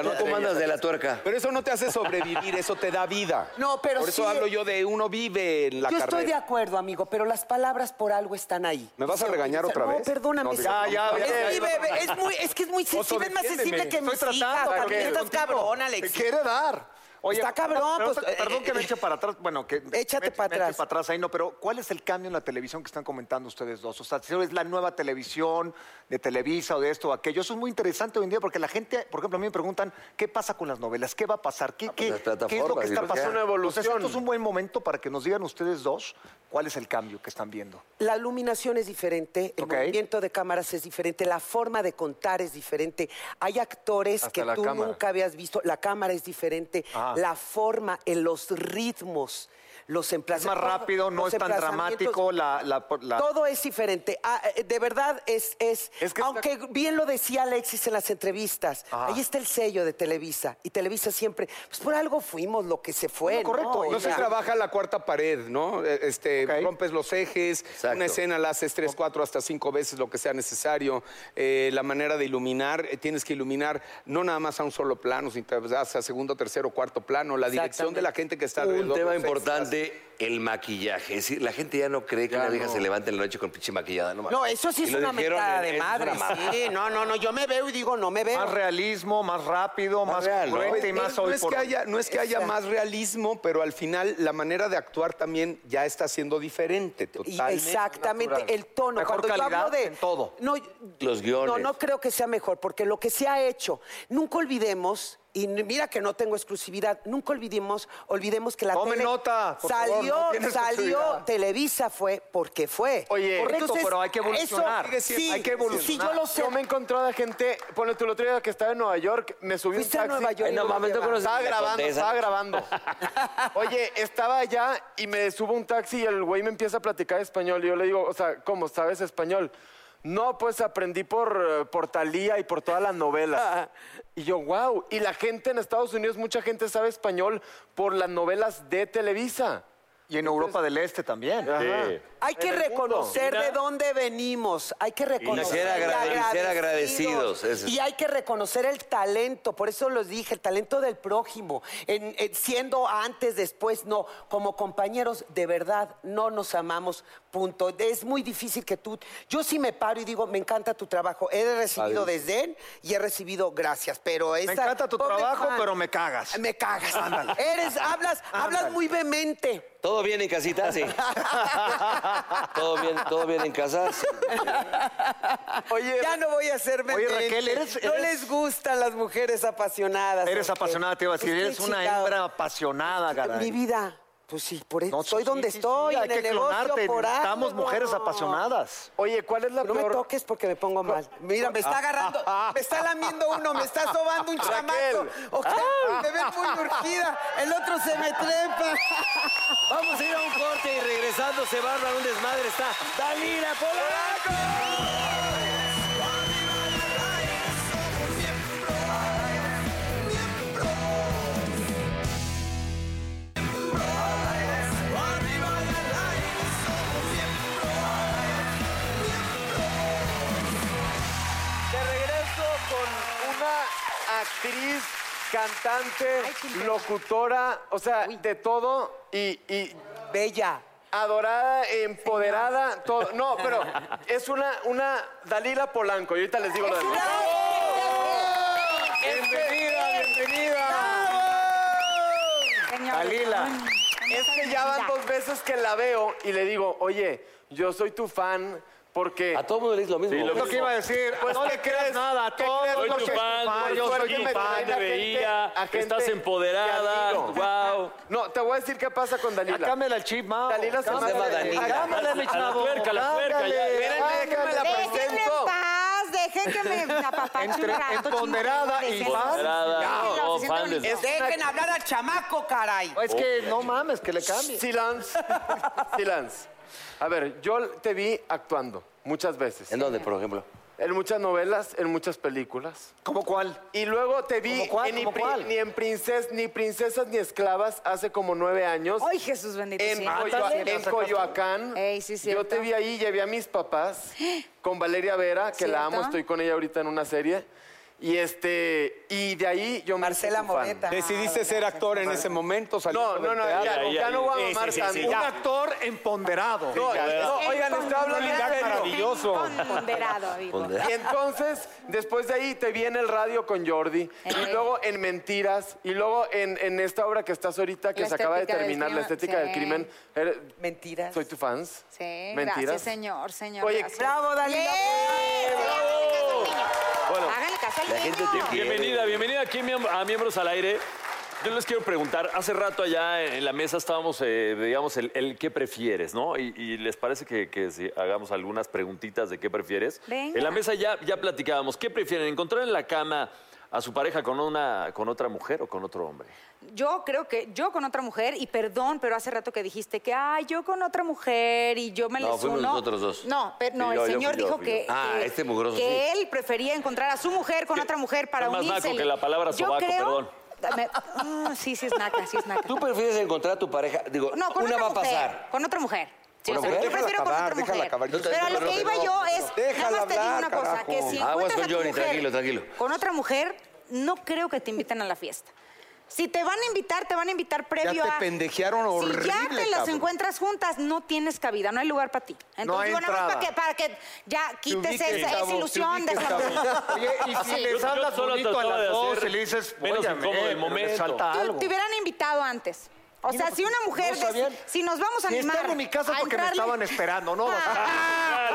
estrellas.
noche.
¿Cómo andas de la tuerca?
Pero eso no te hace sobrevivir, eso te da vida.
No, pero
Por eso
sí-
hablo yo de uno vive en la
Yo
carrera.
estoy de acuerdo, amigo, pero las palabras por algo están ahí.
¿Me vas a regañar otra
no,
vez?
Perdóname.
No,
sí.
digo,
Ya, ya, ya.
es mi bebé, es, muy, es que es muy sensible, es más sensible que mis
Estoy
hijas.
tratando,
También
Raquel.
estás cabrón,
Te
Alex.
quiere dar.
Está cabrón,
pero-
pues, eh,
Perdón que me
eh,
eche para atrás. Bueno, que.
Échate
me-
para
me eche
atrás.
para atrás ahí, no, pero ¿cuál es el cambio en la televisión que están comentando ustedes dos? O sea, si es la nueva televisión de Televisa o de esto o aquello. Eso es muy interesante hoy en día porque la gente, por ejemplo, a mí me preguntan, ¿qué pasa con las novelas? ¿Qué va a pasar? ¿Qué, qué-
Ah, pues, las
qué es lo que
plataformas y
está
lo que
pasando?
sea.
Es una evolución.
Entonces, esto es un buen momento para que nos digan ustedes dos cuál es el cambio que están viendo.
La iluminación es diferente, el
Ok.
movimiento de cámaras es diferente, la forma de contar es diferente. Hay actores
Hasta
que
la
tú
cámara.
nunca habías visto, la cámara es diferente,
Ajá.
la forma, en los ritmos, los
Es más
emplazamientos.
rápido, no
los
es tan
emplazamientos.
dramático la. la- la-
Todo es diferente. Ah, eh, de verdad, es. es,
Es que está-
aunque bien lo decía Alexis en las entrevistas, ahí está el sello de Televisa. Y Televisa siempre. Pues por algo fuimos lo que se fue.
Bueno, correcto,
¿no? O
No se
sea,
trabaja la cuarta pared, ¿no? Eh, Este,
Ok.
Rompes los ejes,
Exacto.
una escena la haces tres, cuatro, hasta cinco veces lo que sea necesario. Eh, la manera de iluminar, eh, tienes que iluminar no nada más a un solo plano, sino te vas a segundo, tercero, cuarto plano, la dirección de la gente que está
Un
alrededor,
tema
los
importante, el maquillaje. Es decir, la gente ya no cree que una vieja se levante en la noche con pinche maquillada. No,
No, eso sí
Y
es
lo
una
dijeron
mentada
en-
de
es una
madre.
mamada.
Sí, no, no, no. Yo me veo y digo, no me veo.
Más realismo, más rápido, más,
real, ¿no?
congruente y
No,
más
no
hoy
es
por
que
hoy.
haya, no es que haya
Exacto.
más realismo, pero al final la manera de actuar también ya está siendo diferente,
Y
totalmente.
exactamente
natural.
el tono
Mejor
cuando yo hablo
calidad
de
en todo.
no
Los guiones.
no no creo que sea mejor porque lo que se ha hecho nunca olvidemos y n- mira que no tengo exclusividad nunca olvidemos olvidemos que la
Tomen
tele
nota, por favor,
salió
no tiene
salió
exclusividad.
Televisa fue porque fue
Oye,
correcto, pero hay que evolucionar.
eso,
Sigue
sí,
siendo- hay que
sí
evolucionar.
yo lo sé
Yo me he encontrado a gente, ponle tú el otro día que estaba en Nueva York, me subí un
Fuiste a
taxi.
Nueva York.
Ay, no,
y luego
mames, no
llegaron.
conoces- estaba
la
grabando,
condesa.
estaba grabando. Oye, estaba allá y me subo a un taxi y el güey me empieza a platicar español. Y yo le digo, o sea, ¿cómo sabes español? No, pues aprendí por, eh, por Talía y por todas
(laughs)
las novelas. Y yo, wow. Y la gente en Estados Unidos, mucha gente sabe español por las novelas de Televisa.
Y en Europa del Este también.
Ajá.
hay que
En el mundo.
reconocer
Mira.
de dónde venimos, hay que reconocer
ser agrade-
y
y ser agradecidos, eso es.
Y hay que reconocer el talento, por eso los dije, el talento del prójimo, en- en- siendo antes, después, no, como compañeros de verdad no nos amamos, punto. Es muy difícil que tú, yo sí me paro y digo, me encanta tu trabajo, he recibido desdén y he recibido gracias, pero esa,
Me encanta tu
pobre
trabajo,
fan,
pero me cagas.
me cagas. Eres, hablas, hablas muy vehemente.
¿Todo bien en casita? Sí. ¿Todo, bien, ¿Todo bien en casa? Sí.
Oye,
Ya no voy a ser
Oye,
vendente.
Raquel, eres-
No
eres-
les gustan las mujeres apasionadas.
Eres
Raquel.
apasionada, te iba a decir.
Pues qué
Eres una
chingados.
hembra apasionada,
Mi
caray.
vida. Pues sí, por eso
No,
estoy
sí,
donde
sí, sí,
estoy,
hay
en el
que
negocio,
clonarte.
por
Necesitamos
algo.
mujeres apasionadas.
oye, ¿cuál es la
No me
peor?
toques porque me pongo mal. Mira, me está agarrando, me está lamiendo uno, me está sobando un chamaco. O
Ah.
sea, me ven muy urgida, el otro se me trepa.
Vamos a ir a un corte y regresando se va a armar un desmadre. Está Dalila Polanco.
cantante, locutora, o sea, de todo y, y
Bella.
adorada, empoderada, todo. No, pero es una, una Dalila Polanco. Y ahorita les digo lo demás. Bienvenida, bienvenida. Dalila. Es que ya van dos veces que la veo y le digo, oye, yo soy tu fan porque...
A todo mundo le dices lo mismo.
Sí, lo
Es
Pues
lo que iba a decir. no le creas nada. a Todo
Soy
lo
tu
que-
fan,
Ah,
güey,
yo
soy
soy
tu
quien
fan,
trae
te
la gente-
veía,
a gente
estás empoderada,
que admiro.
wow.
No, te voy a decir qué pasa con Dalila.
Cámbiale al chip, Mao.
Dalila se
Cámbiale.
llama Danila.
Cámbiale, mi
A la
chavo.
tuerca, a la tuerca, ya.
Cámbiale.
Espérenme, déjenme la
Cámbiale.
Déjenme
presento.
en paz, dejen que me apapache un
Entre-
rato.
empoderada
chingada,
y
dejen-
fan.
Empoderada, Oh,
dejen la
no,
obsesión
fan de-
dominicana.
Dejen hablar al chamaco, caray.
Es que no mames, que le cambie. (laughs)
Silence. Silence. A ver, yo te vi actuando muchas veces.
¿En dónde, por ejemplo?
En muchas novelas, en muchas películas.
¿Cómo cuál?
Y luego te vi
¿Cómo cuál?
en ni,
¿Cómo
pri-
cuál?
ni en princesas, ni princesas ni esclavas hace como nueve años.
Ay, Jesús bendito.
Eh,
en,
sí, Ah,
Coyoa-
sí,
en
sí, sí.
Coyoacán.
Ey, sí,
yo
cierto.
te vi ahí, llevé a mis papás con Valeria Vera, que la amo,
¿Cierto?
estoy con ella ahorita en una serie. Y este, y de ahí yo me hice
Marcela
tu fan.
Moreta.
Decidiste ser actor en ese momento, saliste
No, no,
del
no, ya,
teatro.
ahí,
ya
ahí.
no voy a
Sí, sí,
mamar
sí,
tanto.
sí,
Un
ya.
actor empoderado.
No, no, oigan, estoy hablando en
Empoderado.
serio.
maravilloso.
(laughs)
Empoderado, digo.
¿Dónde?
Y entonces, después de ahí, te vi en el radio con Jordi, y luego en Mentiras, y luego en, en esta obra que estás ahorita, que
La
se acaba de
estética del
terminar, La
crimen,
Estética del
sí.
Crimen. Eres-
Mentiras.
Soy tu fans.
Sí,
Mentiras.
gracias, señor, señor.
Oye,
gracias.
bravo, Dalila.
Bien,
Bravo.
sí,
Bueno.
Háganle caso al niño.
La
Háganle
gente
caso al
te
niño.
quiere.
Bienvenida, bienvenida aquí miemb- a Miembros al Aire. Yo les quiero preguntar, hace rato allá en en la mesa estábamos, eh, digamos, el, el qué prefieres, ¿no? Y, y les parece que, que si hagamos algunas preguntitas de qué prefieres.
Venga.
En la mesa ya, ya platicábamos, ¿qué prefieren? ¿Encontrar en la cama a su pareja con, una, con otra mujer o con otro hombre?
Yo creo que yo con otra mujer, y perdón, pero hace rato que dijiste que, ay, yo con otra mujer y yo me
No,
les
fuimos
uno.
nosotros dos.
No, pero no,
Fui yo,
el
yo
señor
fui yo,
dijo
fui
que,
yo. Ah,
que-
este mugroso,
que
sí.
él prefería encontrar a su mujer con
Que-
otra mujer para
está más naco
unirse.
que la palabra sobaco, perdón.
Ah, mm, sí, sí es naca, sí es naca.
¿Tú prefieres encontrar a tu pareja? Digo,
No, con
una
otra
va a
mujer,
pasar.
Con otra mujer. Sí,
Bueno,
o sea,
pero
yo
déjala
prefiero
acabar,
con otra
déjala
mujer.
acabar. Yo te-
Pero a lo
no,
que iba
no,
yo es,
Déjala
nada más te digo
hablar,
una cosa, que
carajo.
si
Aguas
encuentras
con
a tu
Johnny,
mujer
tranquilo, tranquilo.
con otra mujer, no creo que te inviten a la fiesta. Si te van a invitar, te van a invitar previo
te
a...
pendejearon
Si ya
horrible,
te las
cabrón.
encuentras juntas, no tienes cabida, no hay lugar para ti. Entonces,
No hay
digo, nada más para que,
entrada.
para que ya quites
ubiques,
esa, esa
chavo, te
ilusión de
ubiques, chavo.
Oye, y si
Sí.
les
Yo- yo
hablas
solo
bonito a
trataba de
las dos
hacer
y le dices,
menos
óyame,
incómodo el
pero me
momento.
salta
Te-
algo. pues,
Te hubieran invitado antes. O sea, si una mujer,
no
de-
sabían.
si, si nos vamos a
Si
animar.
estaba en mi casa
a
porque me
entrarle-
estaban esperando, ¿no? O
Ah.
sea,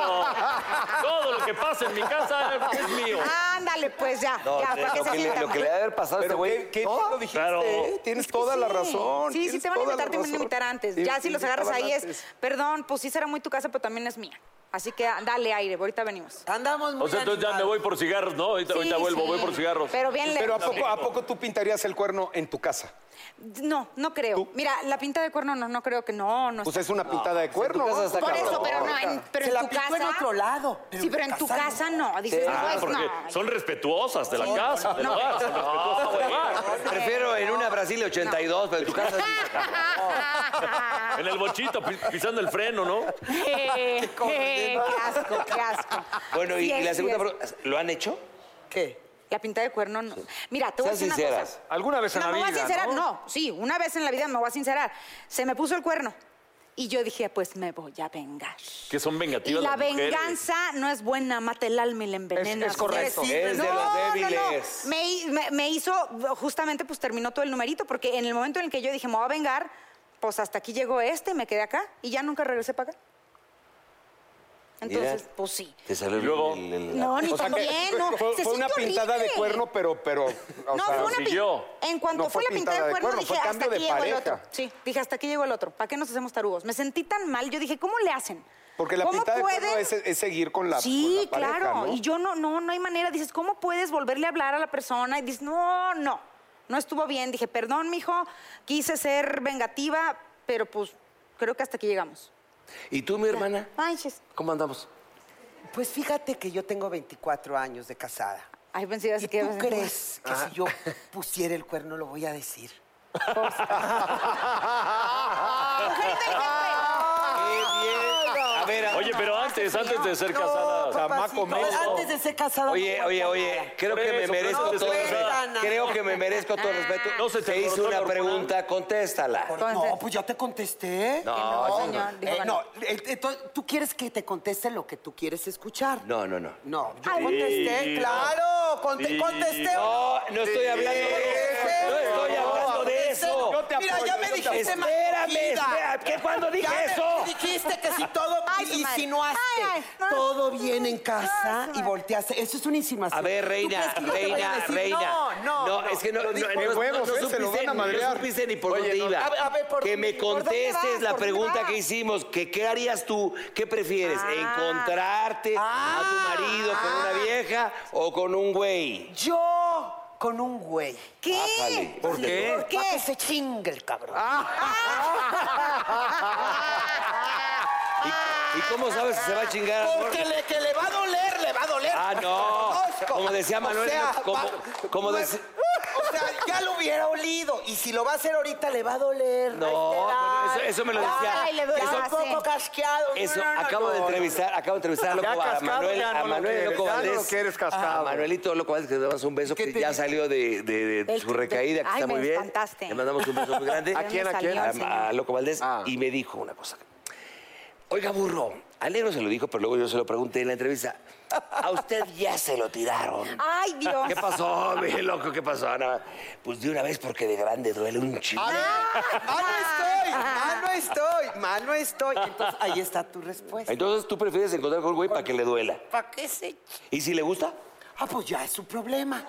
¡Claro! Todo lo que pasa en mi casa es mío.
Ándale, pues ya.
No,
ya,
de-
para que
lo,
se
que le,
sienta
lo que
mal.
le debe haber pasado a este
Pero
güey.
qué, qué
No,
bien lo dijiste,
Claro.
¿eh? tienes toda la razón.
Oh, Sí, si
tienes
te van a
toda
invitar,
la
te van a
razón.
invitar antes.
Sí,
Ya si
sí,
los
te
agarras
estaban
ahí es,
antes.
perdón, pues sí será muy tu casa, pero también es mía. Así que ah, dale aire, ahorita venimos.
Andamos muy
O sea, entonces ya me
animados.
voy por cigarros, ¿no? Ahorita, ahorita
Sí,
vuelvo,
sí.
voy por cigarros.
Pero bien
Pero ¿a
lejos.
poco, ¿a poco tú pintarías el cuerno en tu casa?
No, no creo. Mira, la pinta de cuerno no, no creo que no, no.
Pues
está-
es una pintada de cuerno.
casa está
Por eso,
cabrón.
pero no, en, pero
Se
en
la
tu
pintó
casa.
en otro lado, pero
sí,
en
pero en
tu
tu
casa
casa no. Dices,
Ah,
pues
porque
no. (laughs)
(laughs) son respetuosas de la casa, del hogar, Ah, son respetuosas del hogar.
Prefiero en una Brasil 82, pero en tu
(laughs)
casa.
Ah,
En el bochito, pi- pisando el freno, ¿no?
Eh, eh, qué asco, qué asco.
Bueno, y,
Sí,
y la
sí,
segunda
es.
pregunta, ¿lo han hecho?
¿Qué?
La pinta de cuerno no. Mira, te voy a
Sean
decir una cosa.
sinceras.
alguna vez en
No,
la
me voy a
vida,
sincerar, ¿no? sí, una vez en la vida me voy a sincerar. Se me puso el cuerno. Y yo dije, pues me voy a vengar.
Que son
Y
vengativas
la
las mujeres.
venganza no es buena, mata el alma y la envenena.
Es- es correcto.
Señores,
Es de los débiles.
No, Me, hi- me- me hizo, justamente, pues terminó todo el numerito, porque en el momento en el que yo dije, me voy a vengar, pues hasta aquí llegó este, me quedé acá y ya nunca regresé para acá. Entonces,
Mira.
pues sí.
Te salió el-
Luego-
el- el-
No, ni
O sea, que
Pues también, no.
fue,
Se
fue una
siente
pintada de
horrible.
cuerno, pero... pero o
No,
sea,
fue una
sí, yo.
pintada. En cuanto
No
fue la pintada de cuerno,
fue
dije, hasta
cambio
aquí
de
llegó el otro.
pareja.
Sí, dije, hasta aquí llegó el otro. ¿Para qué nos hacemos tarugos? Me sentí tan mal. Yo dije, ¿cómo le hacen?
Porque la
¿Cómo
pintada de cuerno
pueden?
es, es seguir con la
Sí,
con la pareja,
claro.
¿no?
Y yo no, no, no hay manera. Dices, ¿cómo puedes volverle a hablar a la persona? Y dices, no, no, no estuvo bien. Dije, perdón, mijo, quise ser vengativa, pero pues creo que hasta aquí llegamos.
¿Y tú, mi hermana?
Manches.
¿Cómo andamos?
Pues fíjate que yo tengo 24 años de casada.
Ay, pensé
¿Y
que...
tú crees que si yo
Ah.
pusiera el cuerno lo voy a decir?
Mujer inteligente.
A ver, a-
Oye, pero antes, antes de ser casada.
Chamaco menso.
Antes de ser casada.
Oye,
no
oye,
cuenta
oye,
nada.
creo
Por
que me
eso,
merezco
pero no
todo
te
el respeto.
cuenta nada.
Creo que me merezco todo el respeto.
No se te
hizo
alborotó
una
la hormona.
pregunta, contéstala.
No, pues ya te contesté.
No,
no,
eso
señor.
no.
Dijo,
Eh,
bueno.
no, eh, entonces tú quieres que te conteste lo que tú quieres escuchar.
No, no, no.
No, yo
Ay,
contesté,
sí.
claro, conte-
Sí.
contesté.
No, no estoy hablando de eso. No estoy hablando de eso.
Yo te Mira, apoyo, ya me yo te dijiste apoyo.
Espérame,
malcogida.
espérame. ¿Qué cuando dije
Ya me
eso?
dijiste que si todo
Ay, su madre.
insinuaste,
Ay, ay, no.
todo bien en
Ay,
casa
su
y
madre.
volteaste. Eso es una insinuación.
A ver,
¿Tú
reina,
crees que yo te vaya a
reina,
decir,
reina.
No, no,
es que no, no, no, no,
huevos,
no
¿eh? Se lo
supiste,
van a madrear.
no supiste ni por
Oye,
dónde
no.
iba.
A ver, a ver, ¿por
que
dónde-
me
por dónde
contestes
vas?
la
¿Por dónde
pregunta
vas?
que hicimos, que qué harías tú, qué prefieres,
Ah.
encontrarte
Ah.
a tu marido con una vieja o con un güey.
yo con un güey.
¿Qué?
Ájale. ¿Por qué?
¿Por qué?
Pa' que se chingue el cabrón.
¿Y, y cómo sabes si se va a chingar? al gordo?
Porque le, Pues que le va a doler, le va a doler.
Ah, no.
Conozco.
Como decía Manuel,
O sea,
como-
va-
como
no-
deci-
O sea, ya lo hubiera olido. Y si lo va a hacer ahorita, le va a doler. va a
No, bueno, eso-
esperar.
eso me lo decía.
Ay, le duele
Ya
más,
un poco
sí.
casqueado.
Eso,
No, no, no,
acabo de
no, no.
entrevistar, acabo de entrevistar a, Loco,
Ya
a
cascado
Manuel,
ya no
a
lo
Manuel
quieres,
Loco
ya no lo
Valdés.
quieres cascado.
A Manuelito Loco Valdés, que le damos un beso, que ya salió de, de- de
El-
su recaída, que
Ay,
está
me
muy bien.
espantaste.
Le mandamos un beso muy grande.
(laughs) ¿A quién, a quién?
A-
Salió, señor.
a Loco Valdés.
Ah.
Y me dijo una cosa. Oiga, burro, al negro se lo dijo, pero luego yo se lo pregunté en la entrevista. A usted ya se lo tiraron.
Ay, Dios.
¿Qué pasó, (laughs) mi loco? ¿Qué pasó? No, pues de una vez porque de grande duele un chingo.
Ah, Mano estoy, mano estoy, mano estoy. Entonces, ahí está tu respuesta.
Entonces tú prefieres encontrar con un güey para que le duela.
¿Para qué se ch-
¿Y si le gusta?
Ah, pues ya es su problema.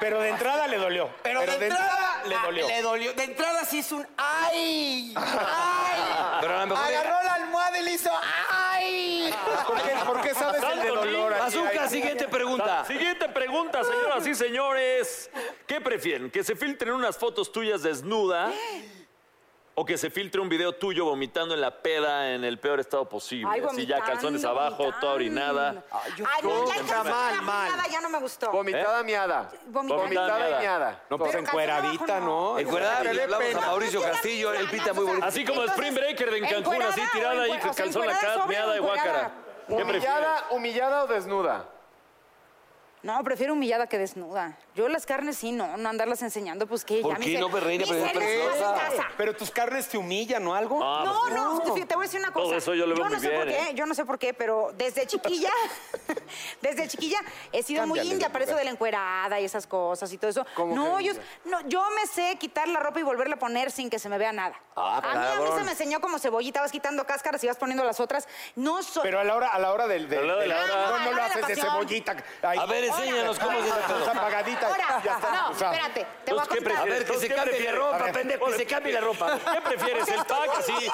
Pero de entrada le dolió.
Pero, de, entrada,
le
ah,
dolió.
le dolió. De entrada sí hizo un ¡ay! ¡ay!
Pero a lo mejor-
Agarró la almohada y le hizo ¡ay!
¿Por qué, por qué sabes el de dolor? aquí?
Azúcar, siguiente pregunta.
Siguiente pregunta, señoras y señores. ¿Qué prefieren? ¿Que se filtren unas fotos tuyas desnuda o que se filtre un video tuyo vomitando en la peda en el peor estado posible?
Ay,
Así ya calzones abajo, toda orinada.
Ay, no, ya
Está
entonces
mal,
la
mal.
vomitada ya no me gustó.
Vomitada
¿Eh?
miada.
Vomitada.
Vomitada
Miada.
y miada.
No, pues
Pero
encueradita,
calzón abajo,
¿no?
¿En verdad?
Qué
Le hablamos a
pena.
Mauricio
Es que
Castillo,
la-
él pinta muy
o sea,
bonito.
Así como
Entonces,
Spring Breaker de en Cancún,
encuerada
así
o
tirada ahí,
encue- o sea,
calzón
encuerada
acá,
sobre
meada y
encuerada.
guácara. ¿Qué prefieres?
¿Humillada, humillada o desnuda?
No, prefiero humillada que desnuda. Yo las carnes sí, no, no andarlas enseñando, pues que
¿Por
ya
qué
mis
no, pues, reina? Pero
mis
es
celos no
preciosa.
hacen casa.
Pero tus carnes te humillan o algo.
Ah,
No,
pues,
no, te te voy a decir una cosa.
Todo eso yo lo veo
no
muy
sé por
bien,
qué, yo no sé por qué, pero desde chiquilla, (laughs) desde chiquilla he sido muy india para eso de la encuerada y esas cosas y todo eso. No, yo, no, yo me sé quitar la ropa y volverla a poner sin que se me vea nada.
Ah,
a mí a mí se
cabrón.
me enseñó como cebollita, vas quitando cáscaras y vas poniendo las otras. No soy.
Pero a la hora, a la hora del. del-
A la hora de la
del-
hora.
No, no
Ah,
lo
a la hora de
haces
la
de
pasión.
cebollita. Ahí.
A ver, enséñanos cómo es ese
Estás
pedo.
apagadita.
Ahora,
ya está.
no,
o sea,
espérate, te voy a
Entonces,
contar.
pues, ¿qué
A ver, que
Entonces,
se
¿qué prefieres?
cambie la
A
ropa,
ver.
pendejo, que se cambie la ropa.
¿Qué prefieres? ¿El pack así?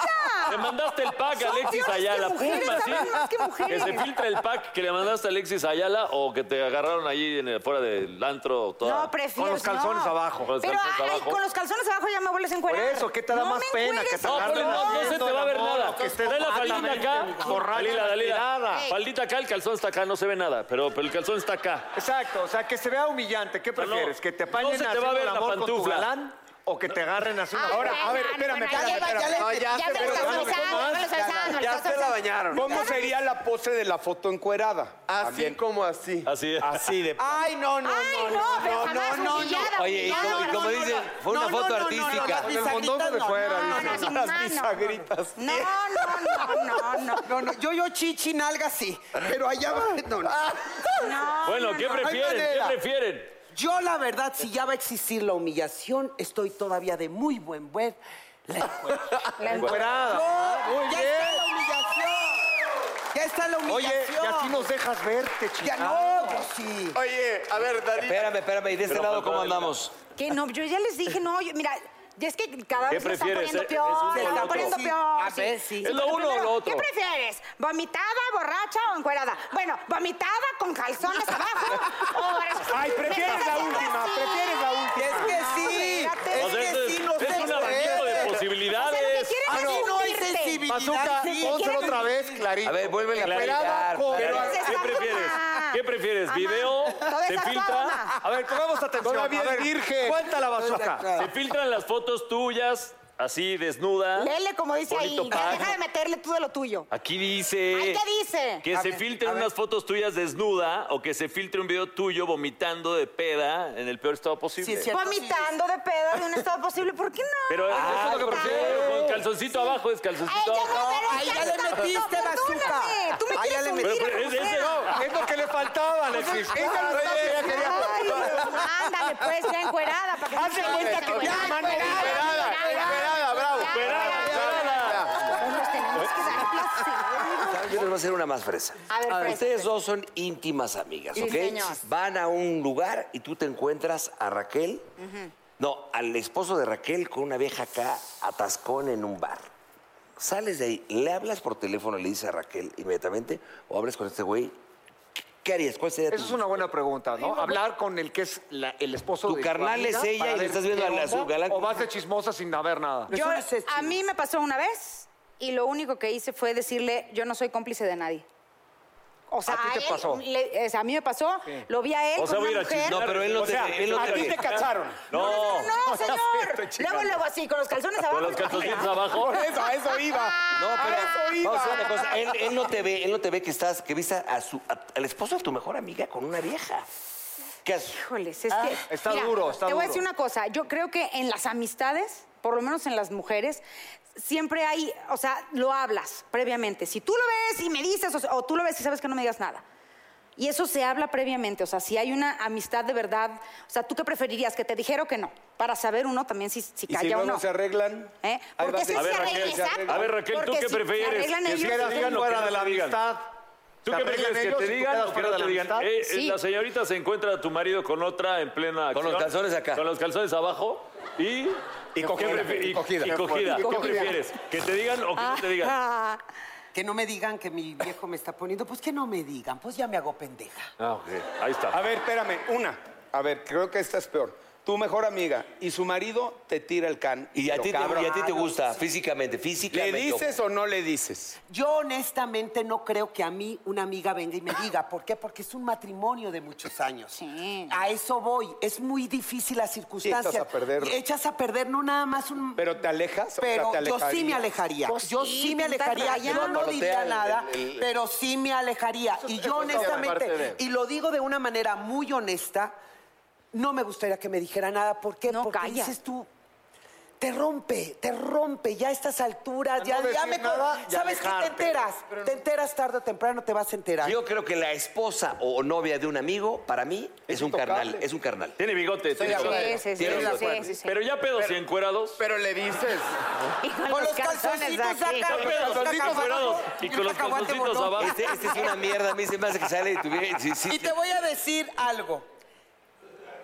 Le mandaste el pack a
Son
Alexis
peores que
Ayala.
mujeres,
pum, así.
saben más que mujeres.
se filtre el pack que le mandaste a Alexis Ayala o que te agarraron ahí en el- fuera del antro. Toda...
No, prefiero.
Con los calzones
no.
abajo.
Con los
Pero
calzones
ay,
abajo.
con los calzones abajo ya me vuelves a encuerar.
Por eso, ¿qué te da
No
más
me
pena?
encueres
Que te
No,
así.
agarren
pero no, no se te va a ver
No,
nada.
que estés
Trae la faldita acá.
borracha,
Dalila, Dalila.
aspirada.
Faldita acá, el calzón está acá, no se ve nada. Pero, pero el calzón está acá.
Exacto, o sea, que se vea humillante. ¿Qué
sea, no,
prefieres? ¿Que te
no
apañen
se te va a
haciendo
ver
el
la
amor con tu
pantufla.
galán? ¿O que te agarren así? una-
Ahora, a ver,
Ay,
espérame,
bueno,
espérame,
ya
espérame.
le-
No, ya
ya
se-
me
pero
los
¿cómo-
calzonizaron,
cómo
ya me
es?
los calzaron, me los
Ya se la
calzaron.
bañaron.
¿Cómo sería la pose de la foto encuerada?
Así
También.
como así.
Así.
Así de.
Ay, no, no,
Ay,
no,
no, pero
no,
jamás
no, no,
humillada,
no.
Oye, y
humillada,
como- y como
no, no,
dice-
no.
fue una foto artística.
Con
pues, el fondón de fuera,
No,
(laughs)
no, sin
Las
mano.
bisagritas.
No, no, no, no, no.
No, no, yo, yo chichi, nalga sí, pero allá va, no, no.
no,
Bueno,
no,
¿qué
no.
prefieren? ¿Qué
manera.
prefieren?
Yo, la verdad, si ya va a existir la humillación, estoy todavía de muy buen ver. La
(laughs)
encuera.
La encuerada.
Ah,
Yo, ya está la humillación. Ya está la
Oye,
humillación.
y así nos dejas verte,
Ya
chica.
no, pues sí.
Oye, a ver, Dalila.
Espérame, espérame, ¿y de este
Pero
lado
faltó
cómo
Dalila.
andamos?
Que no, yo ya les dije, no, yo- mira, y es que cada
¿Qué
vez se están
prefieres?
poniendo
¿Es-
peor,
es uno
se
o
están
otro?
poniendo
Sí,
peor.
a
sí.
ver, sí.
¿Es lo
pero
uno o
primero,
lo otro?
¿Qué prefieres? ¿Vomitada, borracha o encuerada? Bueno, vomitada con calzones abajo. o-
Ay, prefieres la última,
Sí. Ah,
prefieres la última.
Es que sí, Eh,
espérate.
O sea,
es que
es-
sí nos
es un abanico de
O sea, lo que
posibilidades.
quieren
Aquí
es
no hay
hundirte.
sensibilidad.
Azúcar,
sí.
pónselo otra vez, clarito.
A ver, vuelve a
Clarita,
clarificar.
Pero,
Se
¿Qué
está
prefieres?
mamá.
¿Qué prefieres?
Mamá.
¿Video?
Todo
¿Se
es actuado,
filtra?
mamá.
A ver, pongamos atención.
Todavía
A ver,
es virgen.
Cuenta la bazooka.
¿Se filtran las fotos tuyas así, desnuda.
Lele, como dice
bonito
ahí.
pack.
Deja de meterle tú de lo tuyo.
Aquí dice.
Ay, ¿qué dice?
Que se filtren unas fotos tuyas desnuda o que se filtre un video tuyo vomitando de peda en el peor estado posible.
Sí, es cierto.
Vomitando de pedo de un estado posible. ¿Por qué no?
Pero
Ah,
ah, eso es lo que
Ay,
prefiero, con calzoncito abajo es
Ay,
calzoncito
ya
abajo.
no, pero
ahí ya
está,
le metiste,
no,
bazooka.
perdóname, Tú me
Ahí ya
quieres
le
hundir
metiste. Pero,
a
pero, es- es-
pulsera.
Es lo que le faltaba, Alexis.
Ay, Ándale, pues, ya encuerada. para que no
Hazte
te
cuenta
veas
que-
encuerada.
ya, mano,
Esperada, esperada, bravo.
Ya,
Esperada,
ya, ya,
esperada.
ya. Nos tenemos que dar placer.
Ah, Yo les voy a hacer una más fresa.
A ver, fresa,
Ustedes dos son íntimas amigas,
Sí,
¿ok?
señor.
Van a un lugar y tú te encuentras a Raquel, no, al esposo de Raquel con una vieja acá atascón en un bar. Sales de ahí, le hablas por teléfono, le dices a Raquel inmediatamente, o hablas con este güey, ¿qué harías? ¿Cuál sería
Eso
tu-
es una buena pregunta, ¿no? Hablar con el que es la- el esposo
Tu
de
carnal
amiga
es ella
para
y le
ver
estás viendo
qué
a la-
onda,
su galán.
O vas de chismosa sin haber nada.
Yo,
Eso no es sexy.
a mí me pasó una vez y lo único que hice fue decirle, yo no soy cómplice de nadie. O sea,
¿A ti te
él
pasó?
le- o sea, a mí me pasó, lo vi a él
O sea,
con
voy a ir
una
a
mujer.
chismear.
No, pero él no
O
te...
sea,
él no
A ti te cacharon.
No, no, no,
(laughs)
señor.
estoy
Luego, luego así, con los calzones abajo.
Con los calzoncitos abajo.
Eso, a eso iba.
No,
A eso
pero
iba.
vamos a hacer una cosa. Él, él no te ve, él no te ve que estás, que viste a su, a- al esposo de tu mejor amiga con una vieja. ¿Qué haces?
Híjoles, es que.
Está duro, está
Te voy a
duro.
decir una cosa. Yo creo que en las amistades, por lo menos en las mujeres, siempre hay. O sea, lo hablas previamente. Si tú lo ves y me dices, o, o tú lo ves y sabes que no me digas nada. Y eso se habla previamente. O sea, si hay una amistad de verdad. O sea, ¿tú qué preferirías? ¿Que te dijera o que no? Para saber uno también si, si
Y
calla
si
o
luego
no.
se arreglan.
¿Eh?
ahí
Porque
va
si
a
se
ver,
arreglan,
Raquel, se
exacto.
arreglan.
A ver, Raquel, ¿tú
Porque
qué
si se
prefieres?
arreglan
Que
ellos,
se
Quedas
digan
digan
lo
fuera
que
de
no
la
te digan.
amistad.
¿Tú qué prefieres? ¿Que te digan o que no te digan? Eh, eh,
Sí.
La señorita se encuentra tu marido con otra en plena
Con los
acción,
calzones acá.
Con los calzones abajo y... ¿qué
cogida,
prefi-
y cogida.
y cogida.
Y
¿Qué
cogida.
prefieres? ¿Que te digan o que no te digan?
Ah,
Que no me digan que mi viejo me está poniendo, pues que no me digan, pues ya me hago pendeja.
Ah, ok.
A
Ahí está.
ver, espérame, una. A ver, creo que esta es peor. Tu mejor amiga y su marido te tira el can.
Y a,
pero
ti te,
cabrón.
y a ti te gusta, físicamente,
¿Le
físicamente.
dices o no le dices?
Yo honestamente no creo que a mí una amiga venga y me diga, ¿por qué? Porque es un matrimonio de muchos años.
Sí.
A eso voy, es muy difícil las circunstancias.
a perder.
Echas a perder no nada más un...
¿Pero te alejas? o sea,
Pero
te
yo sí me
alejarías?
alejaría.
Pues
yo
sí,
sí me
pintar
alejaría.
rayas.
Yo no
Partea
diría
el-
nada,
el- el-
pero sí me alejaría. Y yo honestamente, y lo digo de una manera muy honesta, no me gustaría que me dijera nada. ¿Por qué?
No,
Porque
calla.
dices tú. Te rompe, te rompe ya a estas alturas, ya, ya me con- ¿Sabes qué? Te enteras, te enteras tarde o temprano, te vas a enterar.
Yo creo que la esposa o novia de un amigo, para mí, es, un carnal. Es un carnal.
Tiene bigote. tiene
sí,
bigote.
sí, sí,
Tiene
sí,
los
sí,
cuernos.
sí, sí.
Pero ya pedos y encuerados.
Pero le dices.
Y con
Con
los
los
calzones
calzoncitos
aquí.
acá,
Ya pedos,
calzoncitos abajo,
encuerados. Y
y
con los
cacahuate
calzoncitos
voló.
abajo.
Este, este es una mierda, a mí se me hace que sale de tu vida. Sí, sí,
Y te voy a decir algo.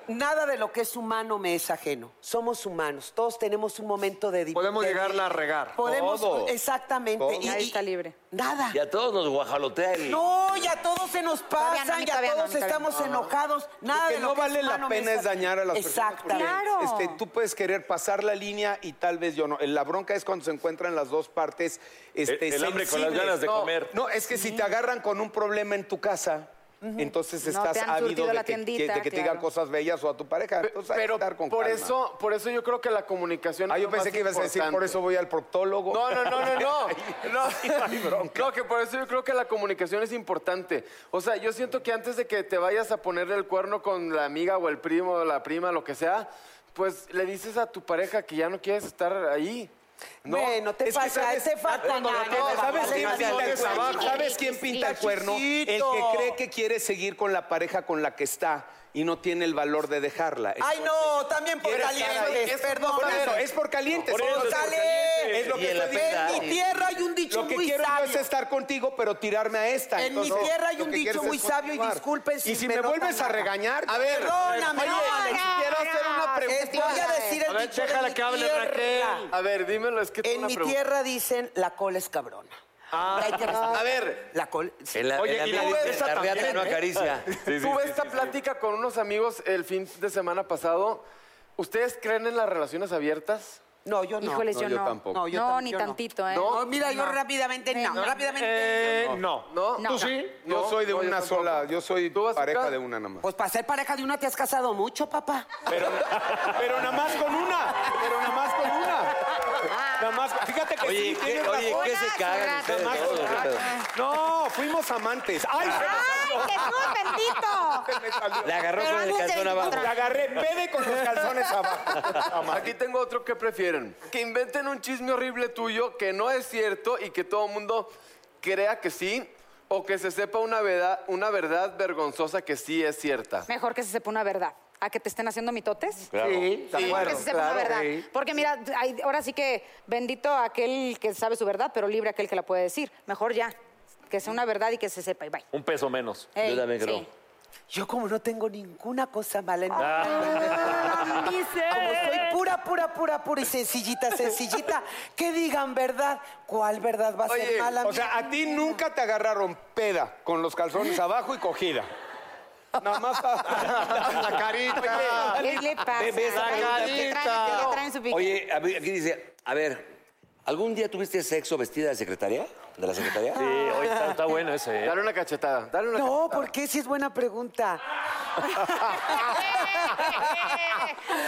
Nada de lo que es humano me es ajeno. Somos humanos. Todos tenemos un momento de di-
Podemos
de-
llegarla a regar.
Podemos,
Todo.
exactamente.
Todo.
Nadie está libre.
Nada.
Y a todos nos guajalotea el...
No, ya todos se nos
Todavía
pasan,
no, a mí
ya
todavía no, a
todos
mí todavía no.
estamos enojados. Nada
Lo que
de lo
no
que
vale
es humano
la
me
pena
es
es dañar a las personas.
Exactamente.
Claro.
Este, tú puedes querer pasar la línea y tal vez yo no. La bronca es cuando se encuentran las dos partes este,
El- el hambre con las
sensibles.
ganas de
No,
comer.
No, es que si te agarran con un problema en tu casa, entonces
No,
estás
te han surtido
ávido de
la
que,
tiendita,
que- de que te digan
claro.
cosas bellas o a tu pareja. Entonces, hay que
Pero
estar con
por
calma.
eso, por eso yo creo que la comunicación.
Ah,
es
yo
lo
pensé
más
que ibas a decir, por
importante.
eso voy al proctólogo.
No, no, no, no, no. No, no, que por eso yo creo que la comunicación es importante. O sea, yo siento que antes de que te vayas a ponerle el cuerno con la amiga o el primo o la prima, lo que sea, pues le dices a tu pareja que ya no quieres estar ahí.
(laughs) No,
Bueno, te
es que
pasa,
sabes-
te falta
cuando
nada,
lo tienes,
no,
¿Sabes
vale,
quién
vale,
pinta
vale,
el
vale,
cuerno?
vale.
¿Sabes quién pinta el cuerno? El
Cachicito.
que cree que quiere seguir con la pareja con la que está y no tiene el valor de dejarla.
Ay, no, también por
Quieres estar
calientes,
ahí.
perdón.
Por eso, es por calientes.
Por eso,
Por
es por
González.
caliente.
Es lo que
Y en la
estoy diciendo.
peda.
En mi tierra hay un dicho
Lo que
muy
quiero yo
sabio.
es estar contigo, pero tirarme a esta.
En mi
Entonces,
tierra hay
lo
un
que
dicho
quieres
muy
es
sabio y
continuar.
disculpen
Y
si
si
me
me
notan
vuelves a
nada.
regañar,
A ver,
Perdóname,
oye,
no, Alex,
quiero hacer una
Les
pregunta.
voy a decir el
A ver,
dicho de
déjala
mi
que hable
tierra.
Raquel. A ver, dímelo, es que tengo
En
una
mi
pregunta.
tierra dicen la cola es cabrona. Hay que respetar.
A ver.
La cola. sí.
En la,
Oye,
en la
y
mía
luego
dice,
esa
la reata
también,
no
¿eh?
acaricia.
Tuve esta plática con unos amigos el fin de semana pasado. ¿Ustedes creen en las relaciones abiertas?
No, yo no.
Híjoles, yo
yo
no.
tampoco.
No,
No, yo tam-
ni
yo no.
tantito, ¿eh?
No, mira, yo
No.
rápidamente no. Rápidamente.
Eh, no.
¿No?
No. ¿Tú sí?
Yo
No,
soy de
no, yo
una
tampoco.
sola, yo soy
¿Tú vas
pareja
acá?
de una nomás.
Pues para ser pareja de una te has casado mucho, papá.
Pero nada más con una. Pero nada más con una.
fíjate que sí, tienes razón.
¿qué se cagan ustedes
Jamás
todos,
contrato. No, fuimos amantes. ¡Ay, se me
¡Ay, Jesús bendito!
sal- me salió!
La agarró
Pero
con el
algún se
calzón abajo.
La agarré pede con los calzones abajo.
(laughs) Aquí tengo otro que prefieren. Que inventen un chisme horrible tuyo que no es cierto y que todo el mundo crea que sí o que se sepa una verdad, una verdad vergonzosa que sí es cierta.
Mejor que se sepa una verdad. ¿A que te estén haciendo mitotes?
Sí, de
Mejor que
acuerdo,
se sepa
claro,
una verdad.
sí.
Porque mira, hay- ahora sí que bendito aquel que sabe su verdad, pero libre aquel que la puede decir. Mejor ya, que sea una verdad y que se sepa y bye.
Un peso menos.
Ey,
Yo también creo.
sí.
Yo como no tengo ninguna cosa mala en mi
Ah.
Dice.
(laughs)
Como soy pura, pura, pura, pura y sencillita, sencillita, que digan verdad. ¿Cuál verdad va a ser
Oye,
mala?
o
ah,
sea, a ti nunca te agarraron peda con los calzones abajo y cogida. Nada más (laughs) a-
La carita.
¿Qué le pasa? ¿Qué traen, qué traen su piquete?
Oye, a ver, aquí dice, a ver, ¿algún día tuviste sexo vestida de secretaria? ¿De la secretaria?
Sí, oye, está, está bueno ese, ¿eh?
Dale una cachetada, dale una
No, porque si es buena pregunta.
(laughs)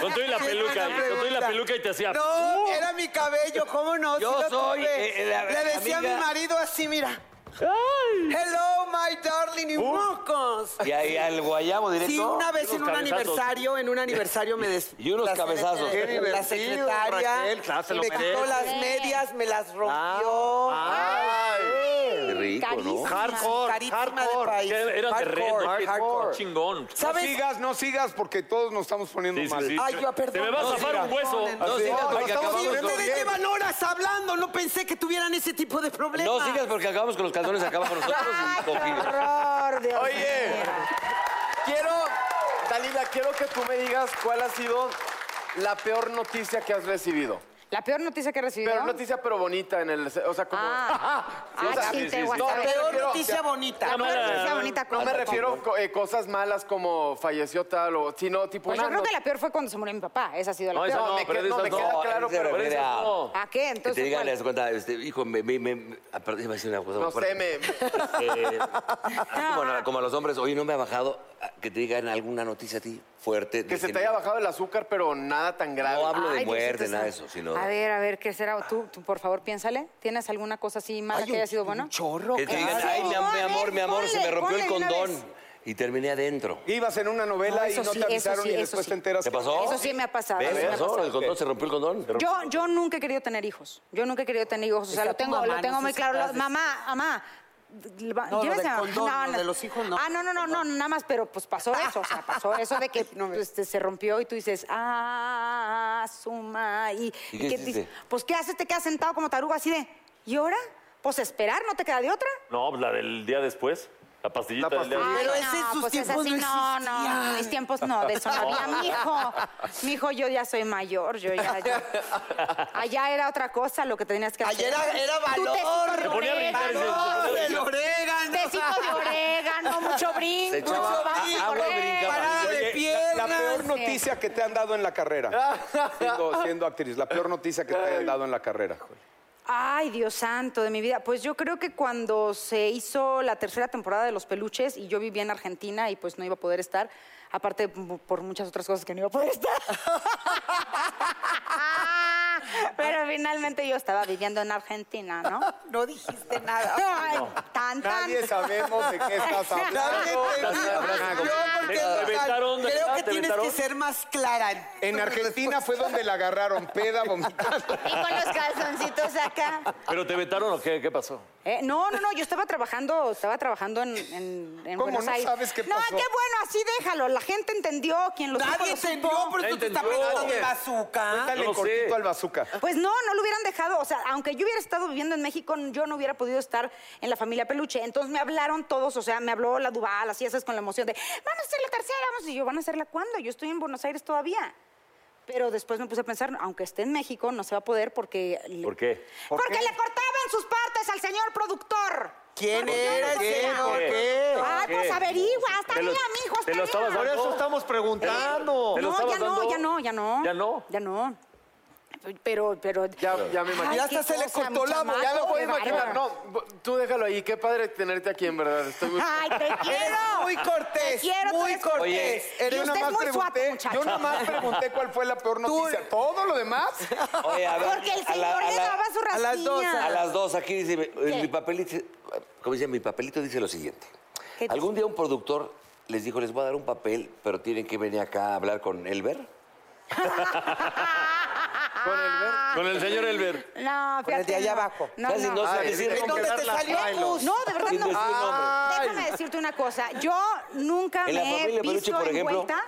Con tú y la
Sí, es
peluca.
buena
y- Con tú y la
pregunta.
peluca y te hacía... ¡uh!
No, era mi cabello, ¿cómo no?
Yo
Sí lo
soy,
tuve.
eh, la
Le decía
amiga-
a mi marido así, mira. Hello, my darling, y
¡Uh!
mocos.
Y ahí al guayabo directo.
Sí, una vez en un
cabezazos.
aniversario, en un aniversario me des...
Y unos
la secre-
cabezazos. Qué
La
divertido,
secretaria
Raquel, claro, se lo
me quitó
merece.
las medias, me las rompió.
Qué rico, ¿no?
Carísima.
Hardcore,
Carísima de
hardcore.
país.
Que Eran de
Hardcore.
red, ¿no? Qué
hardcore.
chingón.
No
¿Sabes?
sigas, no sigas, porque todos nos estamos poniendo
Sí, sí,
mal.
sí.
Ay, yo, perdón.
Te me va a
no,
zafar
sí,
un hueso.
perdonen.
No sigas
No,
porque
estamos
acabamos
bien,
con...
Ustedes llevan horas hablando, no pensé que tuvieran ese tipo de problemas.
No sigas porque acabamos con los calzones acá abajo nosotros.
(laughs) ¡Ay, qué
cogidos.
horror, Dios
Oye.
mío.
Quiero, Dalila, quiero que tú me digas cuál ha sido la peor noticia que has recibido.
La peor noticia que he recibido.
Pero noticia, pero bonita en el... O sea, como...
Ah,
Sí, o sea,
ah,
sí,
chin,
sí,
te
sí.
guardo.
No,
La
pero-
peor
Peor
Pero-
noticia bonita.
noticia bonita.
No me
¿cuál?
refiero a cosas malas como falleció tal o... Sino tipo
Pues
una
yo creo
no-
que la peor fue cuando se murió mi papá. Esa ha sido la
No, esa
peor.
no,
me
pero
queda-
esa
no, me
no.
queda claro,
se
pero-
refiere
pero
a-
esa no.
¿A qué?
Que te
Entonces,
digan,
¿cuál?
le das cuenta, este, hijo, me, me, me- ah, perdón, iba a decir una cosa.
No
muy fuerte.
sé, me...
(laughs)
Eh, así como, a- como a los hombres, oye, no me ha bajado, ah, que te digan alguna noticia a ti fuerte. de
Que
(laughs)
se te haya bajado el azúcar, pero nada tan grave.
No hablo de
Ay, Diosito
muerte, nada de
santo.
eso, sino...
A ver, a ver, ¿qué será? Tú, tú, por favor, piénsale. ¿Tienes alguna cosa así mala que haya sido buena?
Chorro.
Que te
Claro.
digan, ay, mi, am- mi amor, mi amor, se me
Ponle,
rompió el
ponle de una
condón. Y terminé adentro.
Ibas en una novela
No,
y
eso
no
sí,
te
eso
avisaron
sí,
y
eso
después
sí.
te enteras.
¿Te pasó?
Eso sí me ha pasado.
¿Ves?
sí me ha
Pasó,
pasado.
el condón, se rompió el condón.
Yo, yo nunca he querido tener hijos. Yo nunca he querido tener hijos. O sea,
Está
lo
tu
tengo,
mamá,
lo tengo
no
muy
sé si
claro.
te has de-
Mamá, mamá.
No, lo
llévese
del
a-
condón, lo de los hijos, no.
Ah, no, no, no, no, nada más, pero pues
(laughs)
pasó eso, o sea, pasó eso de que pues, te- se rompió y tú dices, ah, suma, y,
¿Y qué
que
hiciste?
dices, pues ¿qué haces? Te quedas sentado como taruga así de, ¿y ahora? Pues esperar, ¿no te queda de otra?
No, pues, la del día después. La pastillita del día
Ay,
después.
Pero ese en sus
es
tiempos
así, no,
no
no,
existían.
mis tiempos no, de eso no había.
(laughs)
Mijo, mijo, yo ya soy mayor, yo ya... yo- Allá era otra cosa lo que tenías que hacer.
Ayer era, era
Tú tecito
valor.
de
Te ponía a brincar y se-
orégano,
Valor del orégano.
Tecito de orégano, mucho brinco.
Se echaba
mucho vas y
agua y
correr.
brincaba.
Parada de
La, la
piernas.
peor noticia que te han dado en la carrera. siendo, siendo actriz, la peor noticia que te hayan dado en la carrera.
Ay, Dios santo de mi vida. Pues yo creo que cuando se hizo la tercera temporada de Los Peluches y yo vivía en Argentina y pues no iba a poder estar, aparte m- por muchas otras cosas que no iba a poder estar. (laughs) Pero finalmente yo estaba viviendo en Argentina, (laughs) ¿no?
No dijiste nada.
Ay, tan, tan.
Nadie sabemos de qué
(laughs)
estás
Nadie
hablando.
te dijo. Yo, porque,
Te aventaron,
creo
¿verdad?
que
Te
tienes que
aventaron.
ser más clara.
En Argentina fue donde la agarraron peda, vomitando.
Y con los calzoncitos acá.
¿Pero te vetaron o qué? ¿Qué pasó?
Eh, no, no, no, yo estaba trabajando, estaba trabajando en, en, en
¿Cómo?
Buenos
¿No
Aires.
sabes qué
No,
pasó?
qué bueno, así déjalo. La gente entendió quien lo supo,
Nadie
lo
te
supo.
vio, por eso te está preguntando de bazooka.
Dale
No sé.
cortito al bazooka.
Pues no, no lo hubieran dejado. O sea, aunque yo hubiera estado viviendo en México, yo no hubiera podido estar en la familia Peluche. Entonces me hablaron todos, o sea, me habló la Duval, así esas con la emoción de, vamos a hacer la tercera, vamos. Y yo, ¿van a hacerla cuándo? Yo estoy en Buenos Aires todavía. Pero después me puse a pensar, aunque esté en México, no se va a poder porque...
¿Por qué?
Porque le cortaban sus partes al señor productor.
¿Quién
Porque yo
era?
no
¿Quién?
sé.
¿Por qué?
Ay, pues averigua, hasta
Te lo-
arriba, mijo, hasta
te lo estabas
arriba.
Por eso estamos preguntando.
¿Te lo
No,
estabas
ya no,
dando?
ya no, ya no.
¿Ya no?
Ya no. pero, pero.
Ya, ya me imagino.
Ay,
Ya
qué
hasta se le
cosa,
cortó
mi
la-
chamaco,
ya me puedo
qué
imaginar.
bárbaro.
No, bo- tú déjalo ahí. Qué padre tenerte aquí, en verdad. Estoy
(laughs)
muy...
Ay, te quiero.
muy cortés,
Te quiero, tú
muy
eres-
cortés.
Oye,
Eres
y
una
usted es
más
muy suato,
pregunté,
muchacho.
Yo nada más pregunté cuál fue la peor
Tú-
noticia. Todo lo demás.
(laughs) Oye, a ver,
Porque el
a la-
señor
a
le
la-
daba su rasquiña.
a las dos,
A las dos, aquí dice, eh, mi papelito, como dice, mi papelito dice lo siguiente.
¿Qué dice?
Algún día un productor les dijo, les voy a dar un papel, pero tienen que venir acá a hablar con Elber.
Con el señor Elber.
No, fíjate.
Con el de allá
no.
abajo.
No,
Casi no
no.
sabe decir
¿En
nombre.
dónde te salió? Cus?
No, de verdad
Sin
no.
decir nombre.
Déjame decirte una cosa. Yo nunca
En la
me he
familia Peluche,
visto
por ejemplo.
envuelta.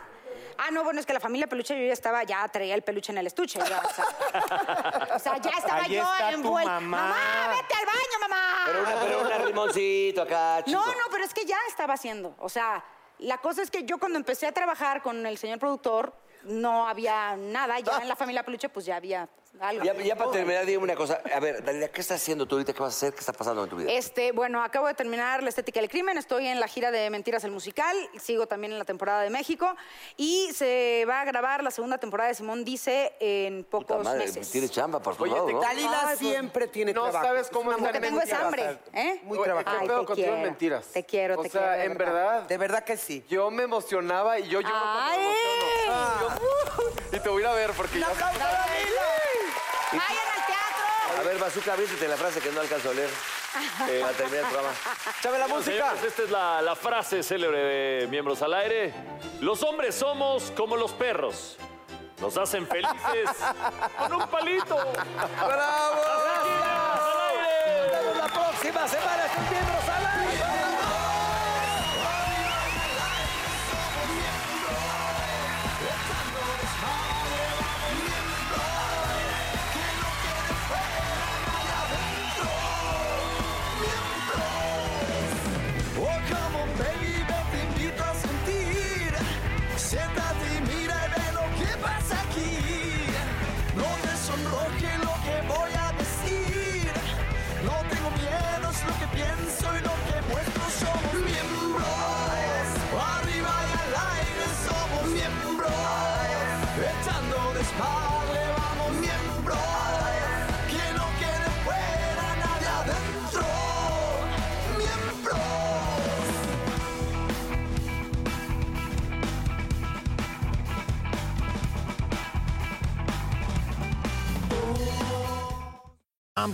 Ah, no, bueno, es que la familia peluche yo ya estaba, ya traía el peluche en el estuche. ya,
(laughs)
o, sea, O sea, ya estaba
Ahí
yo
está tu
envuelta.
mamá.
vete al baño, mamá.
Pero una, pero una rimoncito acá, chico.
No, no, pero es que ya estaba haciendo. O sea, la cosa es que yo cuando empecé a trabajar con el señor productor, no había nada. Ya en
(laughs)
la familia Peluche, pues ya había algo.
Ya, ya para terminar, dime una cosa. A ver, Dalila, ¿qué estás haciendo tú ahorita? ¿Qué vas a hacer? ¿Qué está pasando en tu vida?
Este, bueno, acabo de terminar La Estética del Crimen, estoy en la gira de Mentiras el Musical, sigo también en la temporada de México y se va a grabar la segunda temporada de Simón Dice en
Puta
pocos
madre,
meses.
tienes chamba, por favor,
Oye, te
¿no?
Dalila
Ay, pues,
siempre tiene
No
trabajo.
sabes cómo
Lo que tengo es hambre, ¿eh?
Muy
Oye,
trabajado.
¿Qué
Ay,
pedo
te
contigo en
quiero,
mentiras?
te quiero, te
O sea,
quiero, de
en verdad.
De verdad que sí.
Yo me emocionaba y yo lloro cuando
¡Ay!
me emociono. Yo- y te voy a ir a ver porque ya...
¡Vayan al teatro!
A ver, Bazooka, aviéntate la frase que no alcanzo a leer eh, para terminar el programa.
Chame la música.
Señores, esta es la, la frase célebre de Miembros al Aire. Los hombres somos como los perros. Nos
(laughs)
hacen felices con un palito.
¡Bravo!
¡Al
Nos
aire!
vemos la próxima semana con miembros al aire.
Oh, come on, baby, yo te invito a sentir. Siéntate y mira y ve lo que pasa aquí. No te sonroje lo que voy a decir. No tengo miedo, es lo que pienso y lo que muestro. Somos miembros. Arriba y al aire somos miembros. Echando desmadre, vamos miembros. Que no quede fuera nadie adentro. Miembros.
I'm